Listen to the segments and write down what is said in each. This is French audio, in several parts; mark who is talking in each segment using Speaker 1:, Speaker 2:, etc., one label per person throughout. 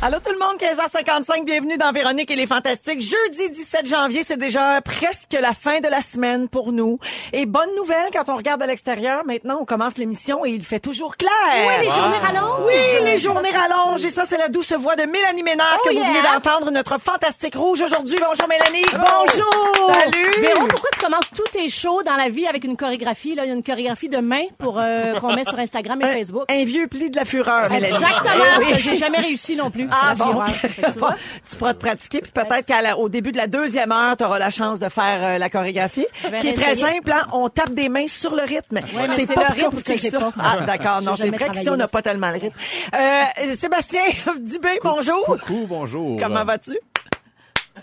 Speaker 1: Allô tout le monde, 15h55, bienvenue dans Véronique et les Fantastiques. Jeudi 17 janvier, c'est déjà presque la fin de la semaine pour nous. Et bonne nouvelle, quand on regarde à l'extérieur, maintenant on commence l'émission et il fait toujours clair. Oui, les journées rallongent. Oui, les journées rallongent. Et ça, c'est la douce voix de Mélanie Ménard que vous venez d'entendre, notre Fantastique Rouge aujourd'hui. Bonjour Mélanie.
Speaker 2: Bonjour!
Speaker 1: Salut.
Speaker 2: Véro, pourquoi tu commences tous tes shows dans la vie avec une chorégraphie? Là? Il y a une chorégraphie de main pour euh, qu'on met sur Instagram et Facebook.
Speaker 1: Un vieux pli de la fureur, Mélanie.
Speaker 2: Exactement!
Speaker 1: Eh oui.
Speaker 2: J'ai jamais réussi non plus.
Speaker 1: Ah
Speaker 2: La
Speaker 1: bon?
Speaker 2: fureur. Fait que tu vois.
Speaker 1: tu pourras te pratiquer, puis peut-être qu'au début de la deuxième heure, tu auras la chance de faire euh, la chorégraphie,
Speaker 2: vais
Speaker 1: qui est très
Speaker 2: réessayer.
Speaker 1: simple. hein. On tape des mains sur le rythme.
Speaker 2: Ouais, mais c'est
Speaker 1: pas
Speaker 2: le
Speaker 1: plus
Speaker 2: rythme
Speaker 1: compliqué
Speaker 2: que j'ai
Speaker 1: ça.
Speaker 2: pas.
Speaker 1: Ah, d'accord. Non, c'est
Speaker 2: J'ai jamais
Speaker 1: vrai qu'ici,
Speaker 2: travaillé
Speaker 1: on n'a
Speaker 2: là.
Speaker 1: pas tellement le rythme. Euh, Sébastien Dubé, bonjour.
Speaker 3: Coucou, bonjour.
Speaker 4: euh,
Speaker 1: Comment vas-tu?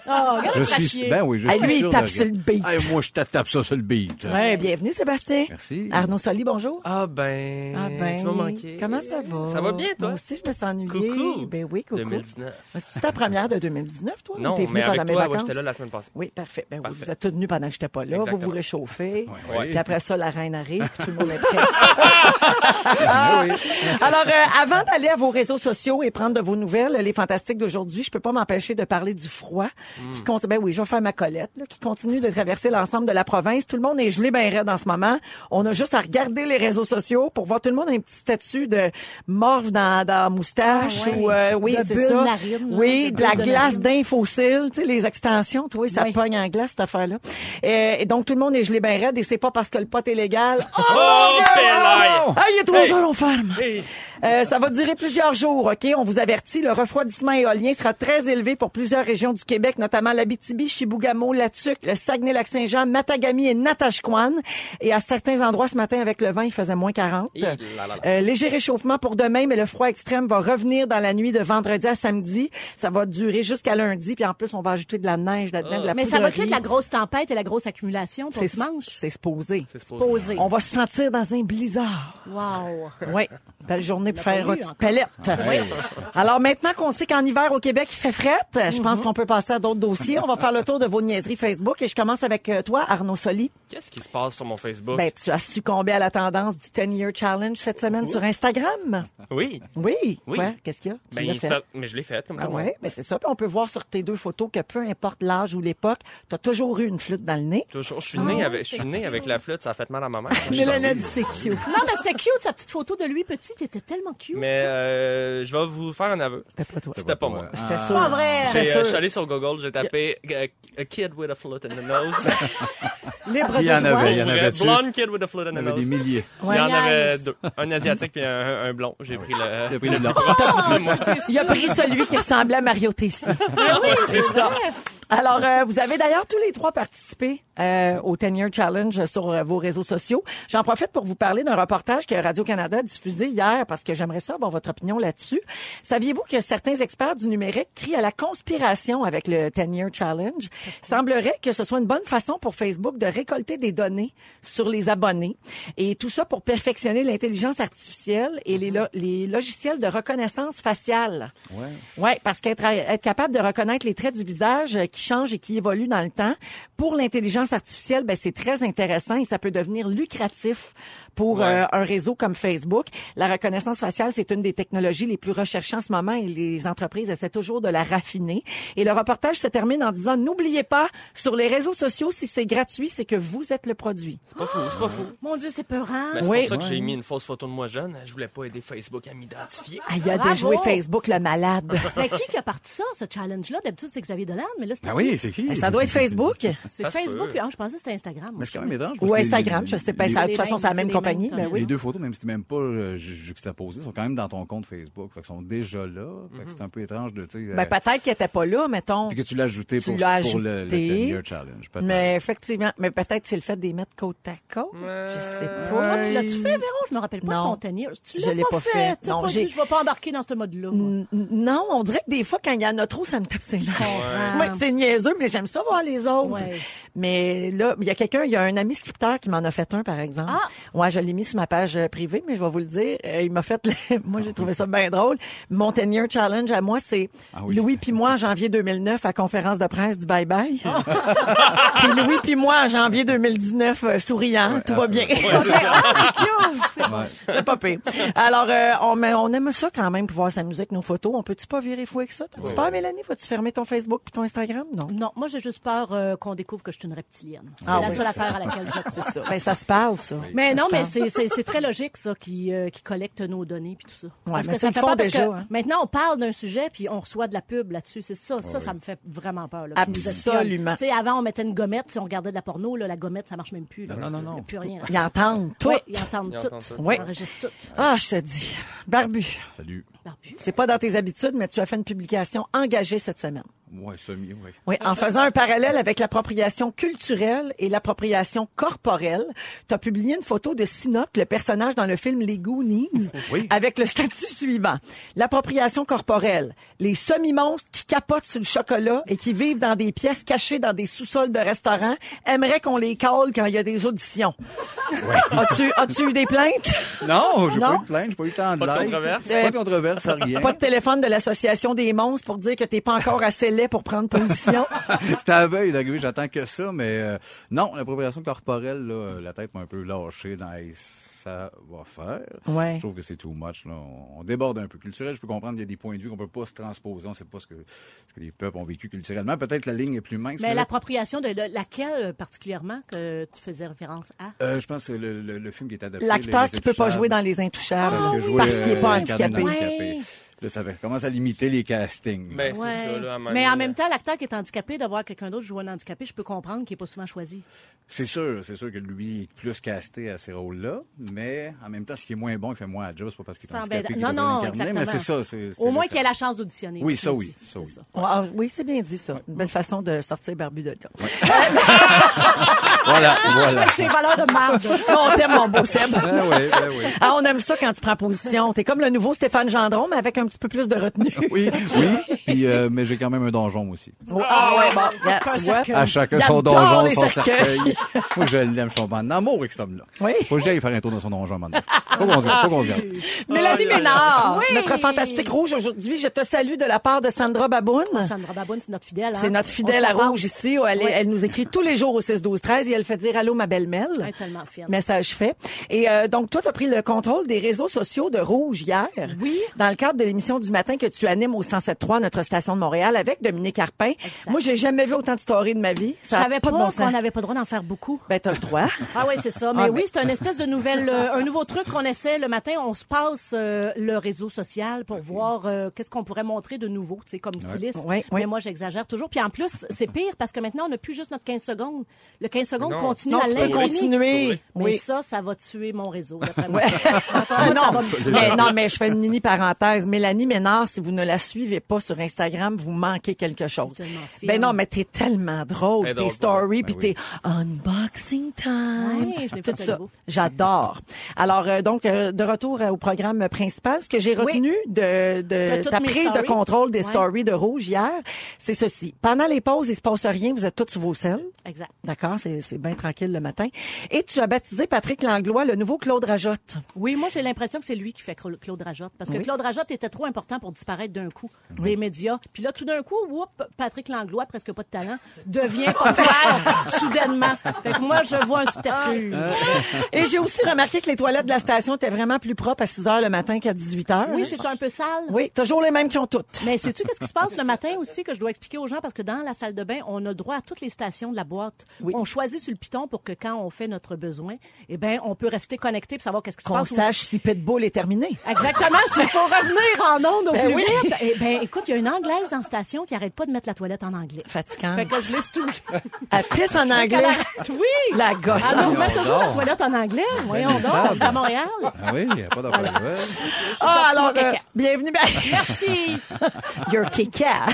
Speaker 2: Oh, regarde
Speaker 3: Je
Speaker 2: le
Speaker 3: suis,
Speaker 2: crachier.
Speaker 3: ben oui, je
Speaker 1: Ah,
Speaker 3: suis
Speaker 1: lui, il
Speaker 3: sûr
Speaker 1: tape
Speaker 3: de-
Speaker 1: sur le beat.
Speaker 3: Ah, moi, je te tape ça sur le beat.
Speaker 1: Ouais, bienvenue, Sébastien.
Speaker 3: Merci.
Speaker 1: Arnaud Soli, bonjour.
Speaker 5: Ah ben, tu m'as manqué.
Speaker 1: Comment ça va?
Speaker 5: Ça va bien, toi?
Speaker 1: Moi aussi, je me sens ennuyée.
Speaker 5: Coucou.
Speaker 1: Ben oui, coucou.
Speaker 5: 2019.
Speaker 1: C'est ta première de 2019, toi? ou
Speaker 5: Non,
Speaker 1: t'es venue
Speaker 5: mais
Speaker 1: pendant
Speaker 5: avec
Speaker 1: mes
Speaker 5: toi, ouais,
Speaker 1: vacances?
Speaker 5: j'étais là la semaine passée.
Speaker 1: Oui, parfait. Ben, oui,
Speaker 5: Parfait.
Speaker 1: Vous êtes tous nus pendant que j'étais pas là. Vous vous
Speaker 5: Exactement.
Speaker 1: réchauffez.
Speaker 3: Ouais.
Speaker 1: Puis après ça, la reine arrive. puis Tout le monde est prêt.
Speaker 5: Ah,
Speaker 1: Alors, euh, avant d'aller à vos réseaux sociaux et prendre de vos nouvelles, les fantastiques d'aujourd'hui, je peux pas m'empêcher de parler du froid.
Speaker 5: Hmm.
Speaker 1: Qui conti- ben oui, je vais faire ma colette, là, qui continue de traverser l'ensemble de la province. Tout le monde est gelé ben raide en ce moment. On a juste à regarder les réseaux sociaux pour voir tout le monde a un petit statut de morve dans, dans la moustache
Speaker 2: Ah ouais.
Speaker 1: ou, euh, oui,
Speaker 2: De
Speaker 1: c'est
Speaker 2: bulle
Speaker 1: ça.
Speaker 2: narine, là,
Speaker 1: oui,
Speaker 2: de
Speaker 1: de la
Speaker 2: bulle de
Speaker 1: glace
Speaker 2: narine.
Speaker 1: d'infossile, tu sais, les extensions, toi, ça
Speaker 2: Oui.
Speaker 1: pogne en glace, cette affaire-là. Euh, et donc, tout le monde est gelé ben raide et c'est pas parce que le pot est légal. Oh,
Speaker 5: Oh,
Speaker 1: mon- Ah, il est trois heures, on ferme. Euh, ça va durer plusieurs jours, OK? On vous avertit, le refroidissement éolien sera très élevé pour plusieurs régions du Québec, notamment l'Abitibi, Chibougamau, Latuc, le Saguenay-Lac-Saint-Jean, Matagami et Natashquan. Et à certains endroits, ce matin, avec le vent, il faisait moins 40.
Speaker 5: Et là là là.
Speaker 1: Euh, léger réchauffement pour demain, mais le froid extrême va revenir dans la nuit de vendredi à samedi. Ça va durer jusqu'à lundi, puis en plus, on va ajouter de la neige là-dedans, de la
Speaker 2: Mais ça va
Speaker 1: poudrerie.
Speaker 2: créer de la grosse tempête et la grosse accumulation pour
Speaker 1: C'est
Speaker 2: dimanche.
Speaker 1: C'est supposé.
Speaker 2: Posé.
Speaker 1: On va se sentir dans un blizzard.
Speaker 2: Wow.
Speaker 1: Oui, belle journée pour
Speaker 2: l'a
Speaker 1: faire
Speaker 2: pas eu
Speaker 1: une
Speaker 2: encore. Ah
Speaker 1: palette. Alors maintenant qu'on sait qu'en hiver au Québec il fait frette, je
Speaker 2: Mhm.
Speaker 1: pense qu'on peut passer à d'autres dossiers. On va faire le tour de vos niaiseries Facebook et je commence avec euh, toi Arnaud Soli.
Speaker 5: Qu'est-ce qui se passe sur mon Facebook?
Speaker 1: Ben tu as succombé à la tendance du 10 year challenge cette semaine sur Instagram.
Speaker 5: oui.
Speaker 1: Oui,
Speaker 5: Oui.
Speaker 1: quoi qu'est-ce qu'il y a Tu
Speaker 5: Ben,
Speaker 1: l'as
Speaker 5: il
Speaker 1: fait.
Speaker 5: fait- Mais je l'ai fait, comme
Speaker 1: Ah
Speaker 5: tout le monde.
Speaker 1: ouais, ben c'est ça. Puis on peut voir sur tes deux photos que peu importe l'âge ou l'époque, tu as toujours eu une flûte dans le nez.
Speaker 5: Toujours, je suis
Speaker 1: Ah,
Speaker 5: né avec, je suis né avec la flûte, ça a fait mal à ma mère. quand je suis
Speaker 1: Mélanie a
Speaker 5: sorti.
Speaker 1: dit c'est cute.
Speaker 2: Non, mais c'était cute, sa petite photo de lui petit. T'étais tellement cute.
Speaker 5: Mais euh, je vais vous faire un aveu.
Speaker 1: C'était pas toi.
Speaker 5: C'était pas moi.
Speaker 1: J'étais
Speaker 3: Ah.
Speaker 1: sûre.
Speaker 2: Pas vrai.
Speaker 5: J'ai,
Speaker 1: J'étais
Speaker 5: euh, Je suis
Speaker 1: sûre.
Speaker 5: allé sur Google, j'ai tapé euh, a, a kid with a flute in the nose.
Speaker 1: Libre
Speaker 3: Il y
Speaker 1: de
Speaker 3: en
Speaker 1: droit.
Speaker 3: avait, il y en
Speaker 5: Pour
Speaker 3: avait
Speaker 5: vrai,
Speaker 3: dessus.
Speaker 5: Blonde kid with a flute in the
Speaker 3: Il y en avait des
Speaker 5: nose.
Speaker 3: milliers.
Speaker 5: Il y en
Speaker 2: Yes.
Speaker 5: avait deux. Un asiatique puis un, un blond. J'ai pris
Speaker 3: Il y
Speaker 5: le...
Speaker 3: a pris de l'or.
Speaker 1: Il a pris celui qui ressemblait à Mario Tessier. Ah
Speaker 5: Ouais, c'est
Speaker 1: ça. Alors, euh, vous avez d'ailleurs tous les trois participé euh, au 10 Year Challenge sur euh, vos réseaux sociaux. J'en profite pour vous parler d'un reportage que Radio-Canada a diffusé hier parce que j'aimerais ça avoir votre opinion là-dessus. Saviez-vous que certains experts du numérique crient à la conspiration avec le 10 Year Challenge? Semblerait que ce soit une bonne façon pour Facebook de récolter des données sur les abonnés et tout ça pour perfectionner l'intelligence artificielle et les, lo- les logiciels de reconnaissance faciale.
Speaker 3: Ouais.
Speaker 1: Oui, parce qu'être être capable de reconnaître les traits du visage euh, qui changent et qui évoluent dans le temps, pour l'intelligence artificielle, ben, c'est très intéressant et ça peut devenir lucratif pour
Speaker 5: Ouais.
Speaker 1: euh, un réseau comme Facebook. La reconnaissance faciale, c'est une des technologies les plus recherchées en ce moment et les entreprises essaient toujours de la raffiner. Et le reportage se termine en disant, n'oubliez pas, sur les réseaux sociaux, si c'est gratuit, c'est que vous êtes le produit.
Speaker 5: C'est pas fou, c'est pas fou.
Speaker 2: Mon Dieu, c'est peurant.
Speaker 5: Ben, c'est
Speaker 1: Oui.
Speaker 5: pour ça que j'ai mis une fausse photo de moi jeune. Je voulais pas aider Facebook à m'identifier.
Speaker 1: Ah, il y a
Speaker 2: Bravo.
Speaker 1: déjoué Facebook, le malade.
Speaker 2: Mais qui qui a parti ça, ce challenge-là? D'habitude, c'est Xavier Dolan, mais là, c'était
Speaker 4: Ben oui, c'est qui?
Speaker 1: Ça doit être Facebook
Speaker 2: C'est
Speaker 5: Ça se
Speaker 2: Facebook.
Speaker 5: peut.
Speaker 2: Ah, je pensais que c'était Instagram. moi.
Speaker 4: Mais c'est quand même étrange. parce
Speaker 1: ou
Speaker 4: que les-
Speaker 1: Instagram, je sais pas.
Speaker 4: les-
Speaker 1: ça- De
Speaker 2: les
Speaker 1: toute façon,
Speaker 2: mêmes,
Speaker 1: c'est la même
Speaker 2: c'est les mêmes,
Speaker 1: compagnie.
Speaker 2: tant
Speaker 1: Ben
Speaker 2: mieux.
Speaker 1: oui.
Speaker 4: Les deux photos, même si c'était même pas euh, ju- juxtaposées, sont quand même dans ton compte Facebook. Fait qu'ils sont déjà là. Fait que c'est un peu étrange de, tu sais.
Speaker 1: Mhm. Ben,
Speaker 4: euh,
Speaker 1: peut-être qu'elle était pas là, mettons.
Speaker 4: puis que tu l'as ajouté pour,
Speaker 1: Tu l'as
Speaker 4: pour le, le
Speaker 1: ajouté,
Speaker 4: 10 year challenge. peut-être.
Speaker 1: Mais effectivement, mais peut-être c'est le fait des mettre côte à côte. Je sais pas.
Speaker 2: Pourquoi tu l'as-tu fait, Véro? Je me rappelle pas
Speaker 1: Non.
Speaker 2: de ton tenir. Tu
Speaker 1: Je
Speaker 2: l'as
Speaker 1: l'ai pas fait.
Speaker 2: T'as
Speaker 1: Non,
Speaker 2: pas
Speaker 1: j'ai-
Speaker 2: dit, je vais pas embarquer dans ce mode-là. moi.
Speaker 1: N- Non, on dirait que des fois, quand il y en a trop, ça me tape ses nerfs. Ouais, c'est niaiseux, mais j'aime ça voir les autres.
Speaker 2: Ouais.
Speaker 1: Mais là, il y a quelqu'un, il y a un ami scripteur qui m'en a fait un, par exemple.
Speaker 2: Ah!
Speaker 1: Ouais, je l'ai mis sur ma page euh, privée, mais je vais vous le dire. euh, Il m'a fait, le- moi, j'ai trouvé ça bien drôle. Mon 10 year challenge à moi, c'est
Speaker 4: Ah oui.
Speaker 1: Louis puis moi, en janvier 2009, à conférence de presse du Bye Bye. puis Louis puis moi, en janvier 2019, euh, souriant, tout va bien. Ah, c'est cute, c'est bon. C'est pas pire. Alors, euh, on, mais on aime ça quand même, pouvoir s'amuser avec nos photos. On peut-tu pas virer fou avec ça? T'as-tu peur, Mélanie? Vas-tu fermer ton Facebook puis ton Instagram? Non.
Speaker 2: Non, moi, j'ai juste peur euh, qu'on découvre que je suis une reptilienne. C'est
Speaker 1: Ah
Speaker 2: la
Speaker 1: oui,
Speaker 2: seule affaire à laquelle je crois.
Speaker 1: Ça. Ben, ça se parle, ça.
Speaker 2: Mais non, mais
Speaker 1: parle.
Speaker 2: c'est- c'est c'est très logique, ça, qui, euh, qui collecte nos données puis tout ça.
Speaker 1: mais ça, ils
Speaker 2: fait
Speaker 1: le font
Speaker 2: parce que
Speaker 1: déjà, hein.
Speaker 2: maintenant, on parle d'un sujet puis on reçoit de la pub là-dessus. C'est ça, ça, ça me fait vraiment peur. Là, qui nous espionne.
Speaker 1: Absolument.
Speaker 2: Tu sais, avant, on mettait une gommette, si on regardait de la porno, là, la gommette, ça marche même plus. là.
Speaker 4: Non, non, non,
Speaker 2: Il y a
Speaker 4: non.
Speaker 2: Plus rien. là.
Speaker 1: Ils entendent tout.
Speaker 2: Ouais, ils entendent
Speaker 5: Ils
Speaker 2: tout.
Speaker 5: entendent tout.
Speaker 2: Ils
Speaker 1: Ouais.
Speaker 2: enregistrent tout. Bah,
Speaker 1: Ah, je te dis. Barbu,
Speaker 4: Salut.
Speaker 2: Barbu.
Speaker 1: c'est pas dans tes habitudes, mais tu as fait une publication engagée cette semaine.
Speaker 4: Ouais, semi, ouais.
Speaker 1: Oui, en faisant un parallèle avec l'appropriation culturelle et l'appropriation corporelle, tu as publié une photo de Sinoc, le personnage dans le film Les Goonies,
Speaker 4: Oui.
Speaker 1: avec le statut suivant. L'appropriation corporelle, les semi-monstres qui capotent sur le chocolat et qui vivent dans des pièces cachées dans des sous-sols de restaurants aimeraient qu'on les colle quand il y a des auditions. As-tu as-tu eu des plaintes?
Speaker 4: Non, j'ai
Speaker 1: Non.
Speaker 4: pas eu de plainte, j'ai pas eu tant de
Speaker 5: Pas de
Speaker 4: likes.
Speaker 5: controverse.
Speaker 4: Pas de controverse, rien.
Speaker 1: Pas de téléphone de l'association des monstres pour dire que t'es pas encore assez laid pour prendre position.
Speaker 4: C'était à la veille d'arriver, j'attends que ça, mais euh, non, l'appropriation corporelle, là, euh, la tête m'a un peu lâché dans hey, ça va faire.
Speaker 1: Ouais.
Speaker 4: Je trouve que c'est too much. Là. On on déborde un peu. Culturel, je peux comprendre qu'il y a des points de vue qu'on peut pas se transposer. On sait pas ce que, ce que les peuples ont vécu culturellement. Peut-être la ligne est plus mince.
Speaker 2: Mais
Speaker 4: mais là,
Speaker 2: l'appropriation de de- laquelle euh, particulièrement que tu faisais référence à?
Speaker 4: euh, je pense que c'est le, le- le film qui est adapté.
Speaker 1: L'acteur
Speaker 4: Les- Les
Speaker 1: qui peut pas
Speaker 4: Intouchables.
Speaker 1: jouer dans Les Intouchables
Speaker 4: parce que jouait,
Speaker 1: parce qu'il est
Speaker 4: euh,
Speaker 1: pas
Speaker 4: Ricardo
Speaker 1: handicapé.
Speaker 2: Ouais.
Speaker 4: handicapé. Là, ça fait- commence à limiter les castings.
Speaker 5: Ben, c'est
Speaker 2: Ouais.
Speaker 5: ça, là, à un moment
Speaker 2: Mais
Speaker 5: donné,
Speaker 2: en même temps, l'acteur qui est handicapé, de voir quelqu'un d'autre jouer un handicapé, je peux comprendre qu'il n'est pas souvent choisi.
Speaker 4: C'est sûr, c'est sûr que lui est plus casté à ces rôles-là, mais en même temps, ce qui est moins bon, il fait moins à job, c'est pas parce qu'il est
Speaker 2: C'est
Speaker 4: handicapé
Speaker 2: embêtant.
Speaker 4: qu'il
Speaker 2: Non,
Speaker 4: devrait
Speaker 2: non,
Speaker 4: l'incarner,
Speaker 2: exactement.
Speaker 4: mais c'est ça. c'est- c'est
Speaker 2: Au
Speaker 4: là
Speaker 2: moins
Speaker 4: que ça-
Speaker 2: qu'il ait la chance d'auditionner.
Speaker 4: Oui,
Speaker 2: tu
Speaker 4: ça
Speaker 2: me
Speaker 4: oui,
Speaker 2: dis.
Speaker 4: ça oui.
Speaker 2: C'est
Speaker 1: Ah, oui, c'est bien dit ça. Une belle façon de sortir Barbu de là.
Speaker 4: Voilà, voilà.
Speaker 2: Avec ses valeurs de marge.
Speaker 1: on t'aime, mon beau Seb.
Speaker 4: Ben oui, ben oui.
Speaker 1: Ah, on aime ça quand tu prends position. T'es comme le nouveau Stéphane Gendron, mais avec un petit peu plus de retenue.
Speaker 4: Oui, oui, puis, euh, mais j'ai quand même un donjon aussi.
Speaker 2: Ben,
Speaker 1: Oh, ah ouais, bon, regarde, tu vois.
Speaker 4: À chacun son
Speaker 1: J'adore
Speaker 4: donjon,
Speaker 1: les
Speaker 4: son
Speaker 1: cercueils.
Speaker 4: cercueil. Moi, je l'aime, je suis en amour avec cet homme-là.
Speaker 1: Oui.
Speaker 4: Faut que j'aille faire un tour dans son donjon maintenant. Faut qu'on se garde, faut qu'on se garde.
Speaker 1: Mélanie
Speaker 5: Oh là là.
Speaker 1: Ménard,
Speaker 2: Oui.
Speaker 1: notre fantastique rouge aujourd'hui. Je te salue de la part de Sandra Baboun.
Speaker 2: Sandra Baboune, c'est notre fidèle. hein.
Speaker 1: C'est notre fidèle
Speaker 2: On
Speaker 1: à
Speaker 2: s'entend.
Speaker 1: rouge ici. Elle, est-
Speaker 2: Oui.
Speaker 1: elle nous écrit tous les jours au 6-12-13 et elle fait dire Allô, ma belle-melle.
Speaker 2: Elle est tellement fine.
Speaker 1: Message fait. Et euh, donc, toi, tu as pris le contrôle des réseaux sociaux de Rouge hier.
Speaker 2: Oui.
Speaker 1: Dans le cadre de l'émission du matin que tu animes au 107.3, notre station de Montréal, avec Dominique Arpin.
Speaker 2: Exact.
Speaker 1: Moi, j'ai jamais vu autant de stories de ma vie.
Speaker 2: Je
Speaker 1: Ça a
Speaker 2: savais pas,
Speaker 1: de bon
Speaker 2: qu'on
Speaker 1: sens.
Speaker 2: n'avait pas le droit d'en faire beaucoup.
Speaker 1: Ben, t'as le droit.
Speaker 2: Ah oui, c'est ça. Mais
Speaker 1: Ah,
Speaker 2: oui,
Speaker 1: ben.
Speaker 2: c'est un espèce de nouvelle, euh, un nouveau truc qu'on essaie le matin. On se passe euh, le réseau social pour voir euh, qu'est-ce qu'on pourrait montrer de nouveau, tu sais, comme coulisses.
Speaker 1: Ouais, ouais.
Speaker 2: Mais moi, j'exagère toujours. Puis en plus, c'est pire parce que maintenant, on n'a plus juste notre 15 secondes. Le 15 secondes
Speaker 5: Non.
Speaker 2: continue
Speaker 1: Non,
Speaker 2: à
Speaker 1: tu peux
Speaker 2: l'infini.
Speaker 1: continuer.
Speaker 2: Mais
Speaker 1: Oui.
Speaker 2: ça, ça va tuer mon réseau. d'après moi.
Speaker 1: Ouais.
Speaker 2: D'après moi, ça va
Speaker 1: Ah, non,
Speaker 2: me tuer.
Speaker 1: mais non, mais je fais une mini parenthèse. Mélanie Ménard, si vous ne la suivez pas sur Instagram, vous manquez quelque chose.
Speaker 2: Elle est tellement fine.
Speaker 1: Ben non, mais t'es tellement drôle.
Speaker 5: Elle est
Speaker 1: Tes
Speaker 5: drôle,
Speaker 1: stories, puis
Speaker 4: Ben
Speaker 1: tes unboxing time.
Speaker 2: Oui, je l'ai
Speaker 1: Tout
Speaker 2: fait, elle est
Speaker 1: ça.
Speaker 2: beau.
Speaker 1: J'adore. Alors, euh, donc, euh, de retour euh, au programme principal, ce que j'ai retenu de, de,
Speaker 2: De toutes
Speaker 1: ta
Speaker 2: mes
Speaker 1: prise de
Speaker 2: stories.
Speaker 1: contrôle des
Speaker 2: Ouais.
Speaker 1: stories de Rouge hier, c'est ceci. Pendant les pauses, il se passe rien, vous êtes tous sur vos selles.
Speaker 2: Exact.
Speaker 1: D'accord, c'est c'est bien tranquille le matin. Et tu as baptisé Patrick Langlois, le nouveau Claude Rajotte.
Speaker 2: Oui, moi, j'ai l'impression que c'est lui qui fait Cla- Claude Rajotte. Parce que
Speaker 1: Oui.
Speaker 2: Claude Rajotte était trop important pour disparaître d'un coup des médias. Puis là, tout d'un coup, whoop, Patrick Langlois, presque pas de talent, devient populaire soudainement. Fait que moi, je vois un subterfuge.
Speaker 1: Ah. Euh, Et j'ai aussi remarqué que les toilettes de la station était vraiment plus propre à 6 heures le matin qu'à 18 heures.
Speaker 2: Oui,
Speaker 1: hein.
Speaker 2: c'est un peu sale.
Speaker 1: Oui, toujours les mêmes qui ont toutes.
Speaker 2: Mais sais-tu qu'est-ce qui se passe le matin aussi que je dois expliquer aux gens parce que dans la salle de bain, on a droit à toutes les stations de la boîte.
Speaker 1: Oui.
Speaker 2: On choisit sur le piton pour que quand on fait notre besoin, eh ben on peut rester connecté pour savoir qu'est-ce qui se
Speaker 1: Qu'on
Speaker 2: passe.
Speaker 1: sache si Pitbull est terminé.
Speaker 2: Exactement, s'il faut revenir en ondes au
Speaker 1: Ben
Speaker 2: plus
Speaker 1: oui.
Speaker 2: vite. Eh ben écoute, il y a une anglaise dans la station qui arrête pas de mettre la toilette en anglais.
Speaker 1: Fatigant.
Speaker 2: Fait que je laisse tout.
Speaker 1: Elle pisse en
Speaker 2: Elle
Speaker 1: anglais.
Speaker 2: arrête, oui.
Speaker 1: La gosse.
Speaker 2: Elle nous met
Speaker 3: Voyons
Speaker 2: Ah toujours la
Speaker 3: donc. Ben,
Speaker 2: toilette en anglais. Voyons
Speaker 3: des sables.
Speaker 2: donc, on est à Montréal.
Speaker 3: Ah oui, il n'y a pas d'affaire. Ouais.
Speaker 1: Ah,
Speaker 2: sorti mon
Speaker 1: alors, euh,
Speaker 2: caca.
Speaker 1: bienvenue.
Speaker 2: Merci.
Speaker 1: Your kika.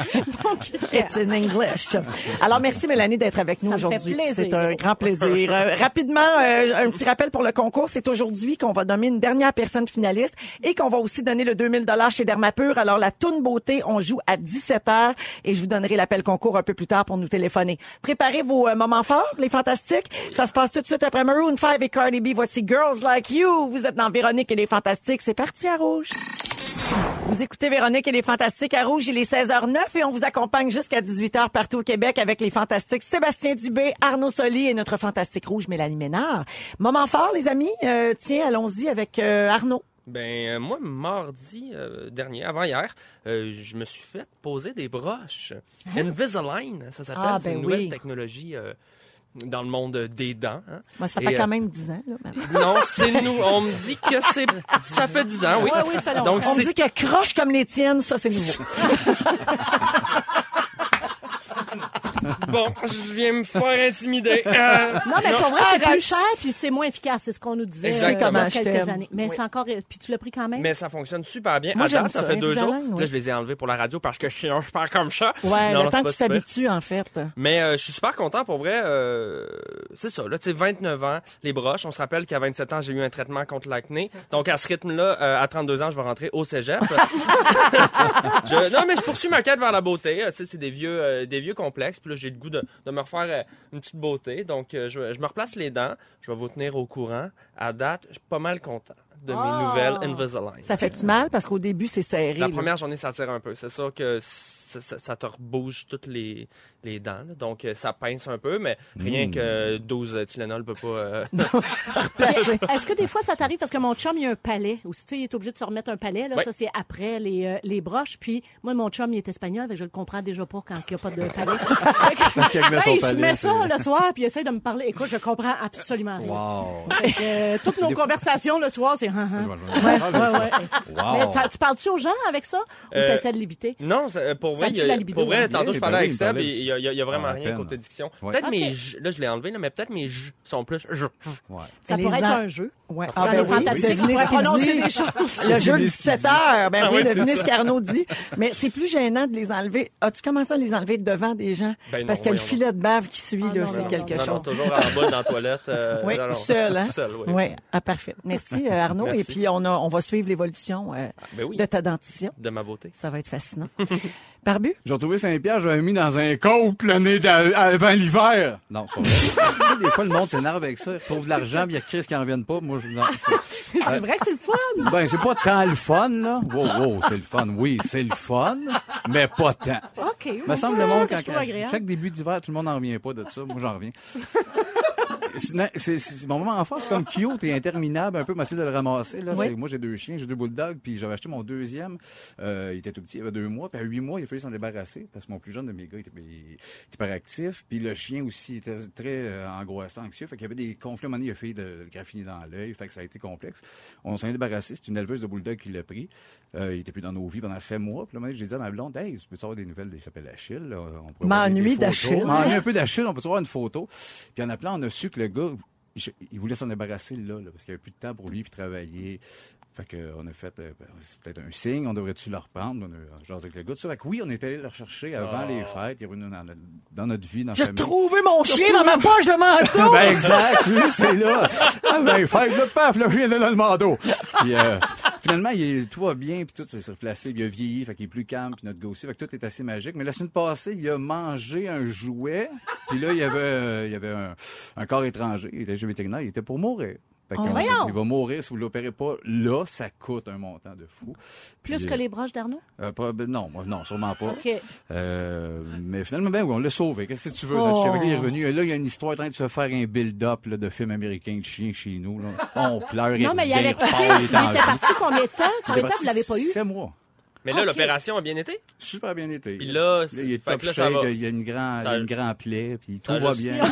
Speaker 2: Mon caca.
Speaker 1: It's in English. Alors, merci Mélanie d'être avec nous
Speaker 2: Ça me fait
Speaker 1: aujourd'hui.
Speaker 2: plaisir.
Speaker 1: C'est un grand plaisir. Euh, rapidement, euh, un petit rappel pour le concours. C'est aujourd'hui qu'on va nommer une dernière personne finaliste et qu'on va aussi donner le 2000 chez Dermapur. Alors, la toune beauté, on joue à 17h et je vous donnerai l'appel concours un peu plus tard pour nous téléphoner. Préparez vos euh, moments forts, les fantastiques. Ça se passe tout de suite après Maroon 5 et Cardi B. Voici Girls Like You. Vous êtes dans Véronique et les Fantastiques. C'est parti à rouge. Vous écoutez Véronique et les Fantastiques à Rouge, il est 16h09 et on vous accompagne jusqu'à 18h partout au Québec avec les Fantastiques Sébastien Dubé, Arnaud Soli et notre Fantastique Rouge Mélanie Ménard. Moment fort les amis, Euh, tiens allons-y avec euh, Arnaud.
Speaker 5: Ben, euh, moi, mardi euh, dernier, avant-hier, euh, je me suis fait poser des broches. Invisalign, ça s'appelle.
Speaker 1: Hein? Ah,
Speaker 5: c'est
Speaker 1: ben
Speaker 5: une nouvelle
Speaker 1: oui.
Speaker 5: technologie euh, dans le monde des dents. hein.
Speaker 1: Moi, ça
Speaker 5: Et,
Speaker 1: fait
Speaker 5: euh,
Speaker 1: quand même 10 ans. Là, maintenant.
Speaker 5: Non, c'est nous. On me dit que c'est. Ça fait 10 ans, oui.
Speaker 2: Ouais, oui, ça fait longtemps.
Speaker 5: Donc,
Speaker 1: on
Speaker 5: c'est
Speaker 1: me dit que croche comme les tiennes, ça c'est nouveau.
Speaker 5: bon. Je viens me faire intimider. Euh,
Speaker 2: Non, mais pour vrai, c'est
Speaker 1: Arrête.
Speaker 2: plus cher puis c'est moins efficace. C'est ce qu'on nous disait euh, il y
Speaker 5: Exactement.
Speaker 2: a
Speaker 1: Je
Speaker 2: quelques
Speaker 1: t'aime.
Speaker 2: années. Mais
Speaker 1: Oui.
Speaker 2: c'est encore. Puis tu l'as pris quand même.
Speaker 5: Mais ça fonctionne super bien.
Speaker 1: Moi,
Speaker 5: à
Speaker 1: j'aime
Speaker 5: date, ça,
Speaker 1: ça,
Speaker 5: fait deux jours.
Speaker 1: Invisalign, oui.
Speaker 5: Là, je les ai enlevés pour la radio parce que sinon, je parle comme ça.
Speaker 1: Ouais,
Speaker 5: Non,
Speaker 1: le
Speaker 5: non, c'est
Speaker 1: temps que
Speaker 5: pas
Speaker 1: tu
Speaker 5: super.
Speaker 1: t'habitues en fait.
Speaker 5: Mais euh, je suis super content pour vrai. euh, c'est ça, là, tu sais, 29 ans, les broches. On se rappelle qu'à 27 ans, j'ai eu un traitement contre l'acné. Donc à ce rythme-là, euh, à 32 ans, je vais rentrer au cégep. Je- non, mais je poursuis ma quête vers la beauté. Euh, tu sais, c'est des vieux, euh, des vieux complexes. Puis là, j'ai le goût de, de me refaire euh, une petite beauté. Donc euh, je, je me replace les dents. Je vais vous tenir au courant. À date, je suis pas mal content de mes
Speaker 2: Ah.
Speaker 5: nouvelles Invisalign.
Speaker 1: Ça fait du mal parce qu'au début c'est serré.
Speaker 5: La
Speaker 1: là.
Speaker 5: première journée, ça tire un peu. C'est sûr que ça, ça- ça te rebouge toutes les, les dents. là. Donc, euh, ça pince un peu, mais
Speaker 3: Hmm.
Speaker 5: rien que 12 Tylenol peut pas... euh,
Speaker 2: Puis, Est-ce que des fois ça t'arrive parce que mon chum il a un palais aussi, tu sais, il est obligé de se remettre un palais là,
Speaker 5: Ouais.
Speaker 2: ça c'est après les, euh, les broches puis moi mon chum il est espagnol, fait que je le comprends déjà pas quand il n'y a pas de palais. Fait que-
Speaker 3: Quand il met son
Speaker 2: Hey, il se
Speaker 3: palais,
Speaker 2: met
Speaker 3: c'est-
Speaker 2: ça le soir puis il essaie de me parler. Écoute, je comprends absolument rien.
Speaker 3: Wow.
Speaker 2: Fait que, euh, toutes nos conversations le soir c'est hein, hein.
Speaker 3: Je vais- je vais-
Speaker 4: Ah,
Speaker 3: je vais-
Speaker 2: Mais
Speaker 3: Wow.
Speaker 2: ça- tu parles-tu aux gens avec ça ou
Speaker 5: Euh,
Speaker 2: t'essaies de l'éviter
Speaker 5: Non, ça, euh, pour
Speaker 2: Ça
Speaker 5: vrai,
Speaker 2: tue
Speaker 5: il y a-
Speaker 2: la libido.
Speaker 5: pour vrai,
Speaker 3: Oui,
Speaker 5: tantôt, je
Speaker 3: ben
Speaker 5: parlais
Speaker 3: oui,
Speaker 5: avec
Speaker 3: il
Speaker 5: ça,
Speaker 3: parlait
Speaker 5: puis il y, a- il y a- il y a vraiment
Speaker 3: Ah, à
Speaker 5: rien
Speaker 3: peine.
Speaker 5: côté diction.
Speaker 3: Ouais.
Speaker 5: Peut-être
Speaker 2: Ok.
Speaker 5: mes... jus- Là, je l'ai enlevé, là, mais peut-être mes jus sont plus... jus.
Speaker 3: Ouais.
Speaker 2: Ça
Speaker 1: les
Speaker 2: pourrait être
Speaker 1: en-
Speaker 2: un jeu. Ah, ben
Speaker 1: Ouais. Ah,
Speaker 3: Ah, ben
Speaker 1: ben
Speaker 2: Dans les fantastiques, on pourrait prononcer des
Speaker 1: choses. Le jeu de 17 heures. Ben
Speaker 5: Ah
Speaker 1: oui,
Speaker 5: oui, c'est
Speaker 1: devinez
Speaker 5: ça.
Speaker 1: ce qu'Arnaud dit. Mais c'est plus gênant de les enlever. As-tu commencé à les enlever devant des gens?
Speaker 5: Ben non,
Speaker 1: Parce que le
Speaker 5: voyons
Speaker 1: filet de bave qui suit,
Speaker 2: Ah
Speaker 1: là,
Speaker 2: non,
Speaker 1: c'est
Speaker 2: non,
Speaker 1: quelque
Speaker 5: non, non,
Speaker 1: chose.
Speaker 5: toujours en bas dans la toilette. euh,
Speaker 1: Oui,
Speaker 5: non, non,
Speaker 1: tout seul, hein?
Speaker 5: Tout seul, oui.
Speaker 1: Oui, ah, parfait. Merci, euh, Arnaud.
Speaker 5: Merci.
Speaker 1: Et puis, on, a, on va suivre l'évolution euh,
Speaker 5: Ben oui,
Speaker 1: de ta dentition.
Speaker 5: de ma beauté.
Speaker 1: Ça va être fascinant. Barbu?
Speaker 3: J'ai retrouvé Saint-Pierre, j'avais mis dans un coke le nez d'a- avant l'hiver. Non, c'est pas vrai. Des fois, le monde s'énerve avec ça. Il retrouve de l'argent, puis il y a Chris qui en reviennent pas. Moi, je... non, c'est-
Speaker 2: Ah, C'est vrai que c'est le fun.
Speaker 3: ben, c'est pas tant le fun, là. Wow, wow, c'est le fun. Oui, c'est le fun, mais pas tant.
Speaker 2: OK.
Speaker 3: Me semble le monde, quand,
Speaker 2: je trouve agréable.
Speaker 3: chaque début d'hiver, tout le monde n'en revient pas de ça. Moi, j'en reviens. C'est- non, c'est- c'est- Mon moment enfant, c'est comme cute et interminable, un peu, mais c'est de le ramasser. Là.
Speaker 1: Oui.
Speaker 3: C'est- Moi, j'ai deux chiens, j'ai deux bulldogs, puis j'avais acheté mon deuxième. Euh, il était tout petit, il avait deux mois, puis à huit mois, il a fallu s'en débarrasser, parce que mon plus jeune de mes gars, il était, il était hyperactif, puis le chien aussi il était très euh, angoissant, anxieux, fait qu'il y avait des conflits, à un moment donné, il a fait de le graffiner dans l'œil, fait que ça a été complexe. On s'en est débarrassé, c'est une éleveuse de bulldogs qui l'a pris. Euh, il était plus dans nos vies pendant sept mois, puis là, un moment donné, j'ai dit à ma blonde, « Hey, tu peux savoir des nouvelles, il s'appelle Achille, là. on pourrait voir des- des
Speaker 1: M'ennuie
Speaker 3: photos.
Speaker 1: d'Achille.
Speaker 3: M'ennuie un peu d'Achille, on peut savoir une photo. » Puis en appelant, on a su que le gars, je- il voulait s'en débarrasser là, là, parce qu'il n'y avait plus de temps pour lui, puis travailler. Fait que, euh, on a fait, euh, ben, c'est peut-être un signe, on devrait-tu le reprendre? On a euh, jasé avec le gars. de ça. Fait que oui, on est allé le rechercher avant les fêtes. Il est revenu dans, notre- dans notre vie, dans
Speaker 1: J'ai
Speaker 3: la famille.
Speaker 1: retrouvé mon chien dans ma poche de manteau!
Speaker 3: Ben exact, tu vois, c'est là. Ah ben fait, le paf, le chien était dans le manteau. Puis, euh, finalement, il est, tout va bien, puis tout s'est replacé, puis il a vieilli, fait qu'il est plus calme, puis notre gars aussi, fait que tout est assez magique. Mais la semaine passée, il a mangé un jouet, puis là, il y avait, euh, il y avait un, un corps étranger, il était chez le vétérinaire, il était pour mourir. Fait Fait qu'on-
Speaker 2: voyons!
Speaker 3: il va mourir si vous l'opérez pas. Là, ça coûte un montant de fou.
Speaker 2: Plus
Speaker 3: Puis,
Speaker 2: que les broches d'Arnaud?
Speaker 3: euh, probable- non, moi, non, sûrement pas.
Speaker 2: OK.
Speaker 3: Euh, mais finalement, ben oui, on l'a sauvé. Qu'est-ce que tu veux?
Speaker 2: Oh.
Speaker 3: Notre chevalier est revenu. Et Là, il y a une histoire en train de se faire un build-up là, de film américain de chien chez nous. là. On pleure, il
Speaker 2: Non, mais il
Speaker 3: revient,
Speaker 2: avait
Speaker 3: il repart, il
Speaker 2: quitté. Il
Speaker 3: est en
Speaker 2: était
Speaker 3: vie.
Speaker 2: parti combien de temps?
Speaker 3: Il est
Speaker 2: Combien de temps
Speaker 3: parti
Speaker 2: vous l'avez pas eu?
Speaker 3: sept mois.
Speaker 5: Mais là,
Speaker 2: Ok.
Speaker 5: l'opération a bien été?
Speaker 3: Super bien été.
Speaker 5: Puis là,
Speaker 3: il est
Speaker 5: fait
Speaker 3: top
Speaker 5: que là, ça
Speaker 3: shape,
Speaker 5: va.
Speaker 3: il y a une grande,
Speaker 5: Ça-
Speaker 3: une grande plaie, puis tout
Speaker 5: Ça
Speaker 3: va
Speaker 5: juste-
Speaker 3: bien.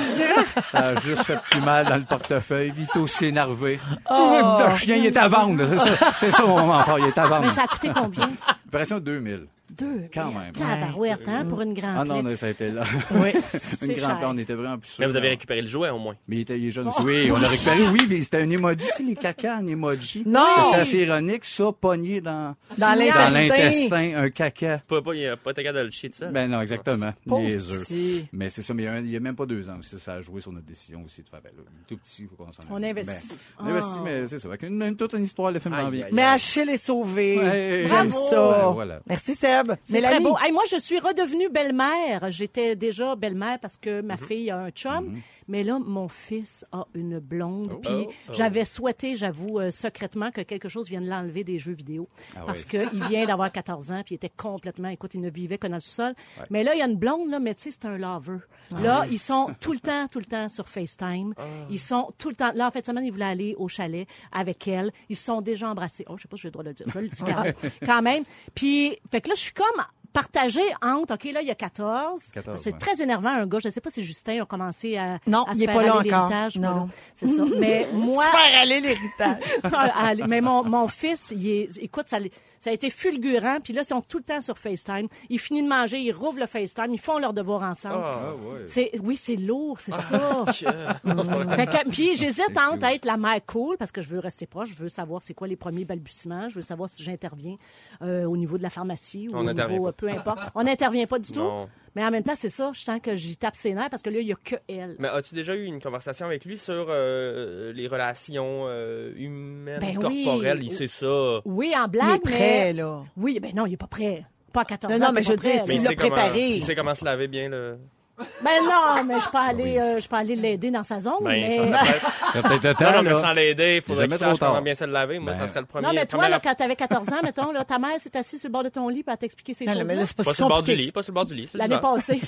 Speaker 3: ça a juste fait plus mal dans le portefeuille, il est aussi énervé.
Speaker 2: Oh.
Speaker 3: Tout le chien, il est à vendre. C'est ça, c'est ça mon moment fort, il est à
Speaker 2: Mais
Speaker 3: vendre.
Speaker 2: ça a coûté combien?
Speaker 3: Opération 2000.
Speaker 2: Deux.
Speaker 3: Quand
Speaker 2: mille.
Speaker 3: même.
Speaker 2: Tabarouette, hein, pour une grande
Speaker 3: Ah non,
Speaker 2: plaie.
Speaker 3: non, ça a été là.
Speaker 1: Oui.
Speaker 3: une grande
Speaker 2: cher.
Speaker 3: plaie, on était vraiment plus sûrs.
Speaker 5: Mais vous avez récupéré le jouet au moins.
Speaker 3: Mais il était il
Speaker 1: Oh.
Speaker 3: est jeune aussi. Oui, on l'a récupéré, oui, mais c'était un emoji. Tu sais, les cacas en emoji.
Speaker 1: Non!
Speaker 3: C'est assez ironique, ça, pogné dans,
Speaker 1: Dans
Speaker 3: dans
Speaker 1: l'intestin.
Speaker 3: l'intestin, un caca.
Speaker 5: Pas, pas, il a pas été capable de le chier de ça.
Speaker 3: Ben non, exactement.
Speaker 1: Ah, Pauvre
Speaker 3: Les œufs.
Speaker 1: petit.
Speaker 3: Mais c'est ça, mais il y a un- il y a, même pas deux ans aussi, ça a joué sur notre décision aussi de faire, ben là, il est tout petit, faut qu'on s'en
Speaker 2: On
Speaker 3: aille.
Speaker 2: investit.
Speaker 3: Ben, on investit,
Speaker 2: Ah.
Speaker 3: mais c'est ça. Avec une, même toute une histoire, le film s'en
Speaker 5: Aïe,
Speaker 3: vient.
Speaker 5: aïe,
Speaker 1: Mais
Speaker 5: aïe.
Speaker 1: Achille est sauvé.
Speaker 3: Ouais.
Speaker 1: J'aime
Speaker 3: Bravo.
Speaker 1: ça.
Speaker 3: Ben, voilà.
Speaker 1: Merci Seb.
Speaker 2: C'est
Speaker 3: Ah,
Speaker 2: très
Speaker 1: Mélanie.
Speaker 2: beau. Hey, moi, je suis redevenue belle-mère. J'étais déjà belle-mère parce que
Speaker 3: Mhm.
Speaker 2: ma fille a un chum. Mais là, mon fils a une blonde.
Speaker 3: Oh.
Speaker 2: Puis j'avais souhaité, j'avoue, euh, secrètement, que quelque chose vienne l'enlever des jeux vidéo.
Speaker 3: Ah
Speaker 2: parce que qu'il vient d'avoir 14 ans, puis il était complètement... Écoute, il ne vivait que dans le sous-sol. Mais là, il y a une blonde, là, mais tu sais, c'est un lover. Là, ils sont tout le temps, tout le temps sur FaceTime. Ils sont tout le temps... Là, en fait, semaine, il voulait aller au chalet avec elle. Ils se sont déjà embrassés. Oh, je sais pas si j'ai le droit de le dire. Je le dis quand même. quand même. Puis, fait que là, je suis comme partagée entre, OK, là, il y a 14.
Speaker 3: 14,
Speaker 2: c'est
Speaker 3: ouais.
Speaker 2: très énervant, un gars. Je sais pas si Justin a commencé à,
Speaker 1: Non,
Speaker 2: à
Speaker 1: il
Speaker 2: se
Speaker 1: est
Speaker 2: faire
Speaker 1: pas là
Speaker 2: aller
Speaker 1: encore.
Speaker 2: l'héritage.
Speaker 1: Non.
Speaker 2: Voilà. C'est ça. Mais moi,
Speaker 1: Faire aller l'héritage.
Speaker 2: ah, allez, mais mon, mon fils, il est, écoute, ça, l'est- ça a été fulgurant. Puis là, ils sont tout le temps sur FaceTime. Il finit de manger, ils rouvrent le FaceTime, ils font leurs devoirs ensemble.
Speaker 5: Ah,
Speaker 2: C'est, oui, c'est lourd, c'est ça.
Speaker 5: je- non, c'est pas vrai.
Speaker 2: Fait que- puis j'hésite entre être la mère cool parce que je veux rester proche, je veux savoir c'est quoi les premiers balbutiements, je veux savoir si j'interviens euh, au niveau de la pharmacie ou
Speaker 5: On
Speaker 2: au
Speaker 5: intervient
Speaker 2: niveau
Speaker 5: pas.
Speaker 2: euh, peu importe. On n'intervient pas du tout.
Speaker 5: Non.
Speaker 2: Mais en même temps, c'est ça, je sens que j'y tape ses nerfs parce que là il y a que elle.
Speaker 5: Mais as-tu déjà eu une conversation avec lui sur euh, les relations euh, humaines,
Speaker 2: Ben oui.
Speaker 5: corporelles? Il sait ça.
Speaker 2: Oui, en
Speaker 1: Il est
Speaker 2: blague,
Speaker 1: prêt,
Speaker 2: mais
Speaker 1: là.
Speaker 2: oui, ben non, il est pas prêt. Pas à 14
Speaker 1: Non,
Speaker 2: ans.
Speaker 1: non,
Speaker 2: t'es
Speaker 1: mais
Speaker 2: pas
Speaker 1: je veux
Speaker 2: prêt,
Speaker 1: dire,
Speaker 2: là.
Speaker 5: Mais il
Speaker 1: l'as
Speaker 5: sait comment-
Speaker 1: préparé.
Speaker 5: Il sait comment se laver bien le.
Speaker 2: Ben
Speaker 1: Ah.
Speaker 2: non, mais je peux aller, euh, je peux aller l'aider dans sa zone. mais... euh,
Speaker 5: Ben, ça, ça peut être-
Speaker 3: C'est peut-être le
Speaker 5: Non, non,
Speaker 3: temps,
Speaker 5: mais sans
Speaker 3: là.
Speaker 5: l'aider, il faudrait
Speaker 3: Jamais
Speaker 5: qu'il
Speaker 3: trop
Speaker 5: sache
Speaker 3: tard.
Speaker 5: comment bien se le laver. Moi,
Speaker 3: Ben.
Speaker 5: ça serait le premier.
Speaker 2: non, mais toi,
Speaker 5: première-
Speaker 2: là, quand t'avais 14 ans, mettons, là, ta mère s'est assise sur le bord de ton lit pour t'expliquer ces
Speaker 1: Non, non, mais là,
Speaker 2: choses-là.
Speaker 1: c'est pas,
Speaker 5: Pas
Speaker 1: si
Speaker 5: sur le bord du
Speaker 1: compliqué que
Speaker 5: lit, pas sur le bord du lit. c'est
Speaker 2: L'année
Speaker 5: différent.
Speaker 2: passée.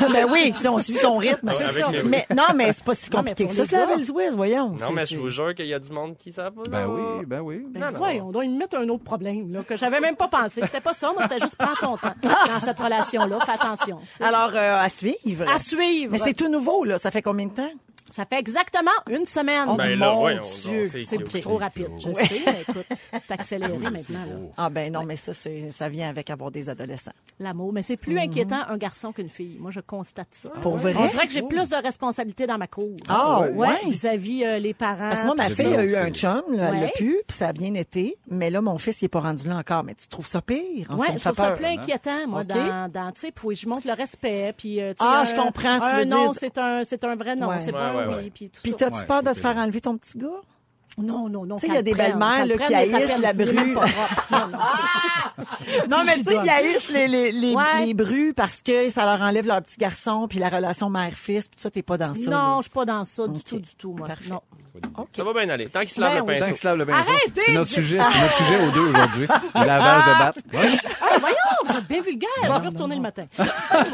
Speaker 1: ça. ben oui, si on suit son rythme.
Speaker 5: Ouais,
Speaker 1: c'est
Speaker 5: avec
Speaker 1: ça.
Speaker 5: les-
Speaker 1: Mais, non, mais c'est pas si
Speaker 2: Non, mais
Speaker 1: compliqué que
Speaker 2: pour
Speaker 1: ça.
Speaker 2: les
Speaker 1: Se laver
Speaker 2: gars.
Speaker 1: le Swiss, voyons.
Speaker 5: Non,
Speaker 1: C'est-
Speaker 5: mais
Speaker 1: c'est-
Speaker 5: je vous jure qu'il y a du monde qui savent pas.
Speaker 3: Ben
Speaker 5: ça.
Speaker 3: oui, ben oui.
Speaker 2: Ben
Speaker 5: Non,
Speaker 2: voyons, donc ils me mettent un autre problème là, que j'avais même pas pensé. C'était pas ça, moi, c'était juste prends ton temps dans cette relation-là. Fais attention. tu sais.
Speaker 1: Alors, euh, à suivre.
Speaker 2: à suivre.
Speaker 1: Mais c'est tout nouveau, là. Ça fait combien de temps?
Speaker 2: Ça fait exactement une semaine.
Speaker 1: Oh,
Speaker 5: Ben là,
Speaker 1: Mon
Speaker 5: voyons.
Speaker 1: Dieu,
Speaker 5: donc,
Speaker 2: c'est
Speaker 5: cute.
Speaker 2: beaucoup trop rapide, je sais, mais écoute, c'est accéléré maintenant. là.
Speaker 1: Ah ben non, mais ça, c'est, ça vient avec avoir des adolescents.
Speaker 2: L'amour, mais c'est plus inquiétant un garçon qu'une fille. Moi, je constate ça.
Speaker 1: Mhm. Ah, Pour vrai? Oh.
Speaker 2: On dirait que j'ai plus de responsabilités dans ma cour.
Speaker 1: Ah, ouais.
Speaker 2: Vis-à-vis euh, les parents.
Speaker 1: Parce que moi, ma
Speaker 3: J'ai
Speaker 1: fille
Speaker 3: ça
Speaker 1: a eu
Speaker 3: aussi.
Speaker 1: un chum, là, elle l'a
Speaker 2: Ouais.
Speaker 1: pu, puis ça a bien été. Mais là, mon fils, il est pas rendu là encore. Mais tu trouves ça pire? Enfin,
Speaker 2: Ouais,
Speaker 1: ça me
Speaker 2: je
Speaker 1: fait
Speaker 2: trouve ça
Speaker 1: peur. hein.
Speaker 2: plus inquiétant, moi,
Speaker 1: OK.
Speaker 2: dans, dans tu sais, puis je montre le respect, puis euh, tu sais,
Speaker 1: Ah,
Speaker 2: un-
Speaker 1: je comprends, tu
Speaker 2: un
Speaker 1: veux
Speaker 2: non,
Speaker 1: dire-
Speaker 2: c'est un, c'est un vrai non,
Speaker 1: Ouais.
Speaker 2: c'est pas
Speaker 5: Ouais,
Speaker 2: un
Speaker 5: ouais,
Speaker 2: oui,
Speaker 5: ouais.
Speaker 2: puis tout
Speaker 1: Puis
Speaker 2: ça.
Speaker 1: t'as-tu
Speaker 3: Ouais,
Speaker 1: peur
Speaker 3: c'est
Speaker 1: de te faire
Speaker 3: pire.
Speaker 1: enlever ton petit gars?
Speaker 2: Non, non, non.
Speaker 1: Tu sais, il y a
Speaker 2: qu'elle
Speaker 1: des
Speaker 2: prenne,
Speaker 1: belles-mères, là,
Speaker 2: qu'elle
Speaker 1: qui
Speaker 2: prenne, mais
Speaker 1: haïssent
Speaker 2: qu'elle
Speaker 1: la
Speaker 2: prenne
Speaker 1: bru.
Speaker 2: pas propre. Non,
Speaker 1: Ah,
Speaker 2: non.
Speaker 1: Non, mais
Speaker 2: Je
Speaker 1: tu sais,
Speaker 2: donne.
Speaker 1: ils haïssent les, les, les,
Speaker 2: Ouais.
Speaker 1: les brus parce que ça leur enlève leur petit garçon, puis la relation mère-fils, puis tout ça, t'es pas dans ça.
Speaker 2: Non,
Speaker 1: là.
Speaker 2: je suis pas dans ça du
Speaker 1: Ok.
Speaker 2: tout, du tout, moi.
Speaker 1: Parfait.
Speaker 2: Non.
Speaker 5: Ça va bien aller. Tant qu'il se lave
Speaker 2: Ben
Speaker 5: le
Speaker 2: oui.
Speaker 3: Tant
Speaker 5: pinceau.
Speaker 3: qu'il se lave le pinceau.
Speaker 2: Arrêtez
Speaker 3: C'est
Speaker 2: de
Speaker 3: notre
Speaker 2: dire
Speaker 3: sujet, c'est notre sujet aux deux aujourd'hui. Le lavage de batte. Ouais.
Speaker 2: Ah, voyons, vous êtes bien vulgaire. je vais retourner le matin.
Speaker 1: Regarde,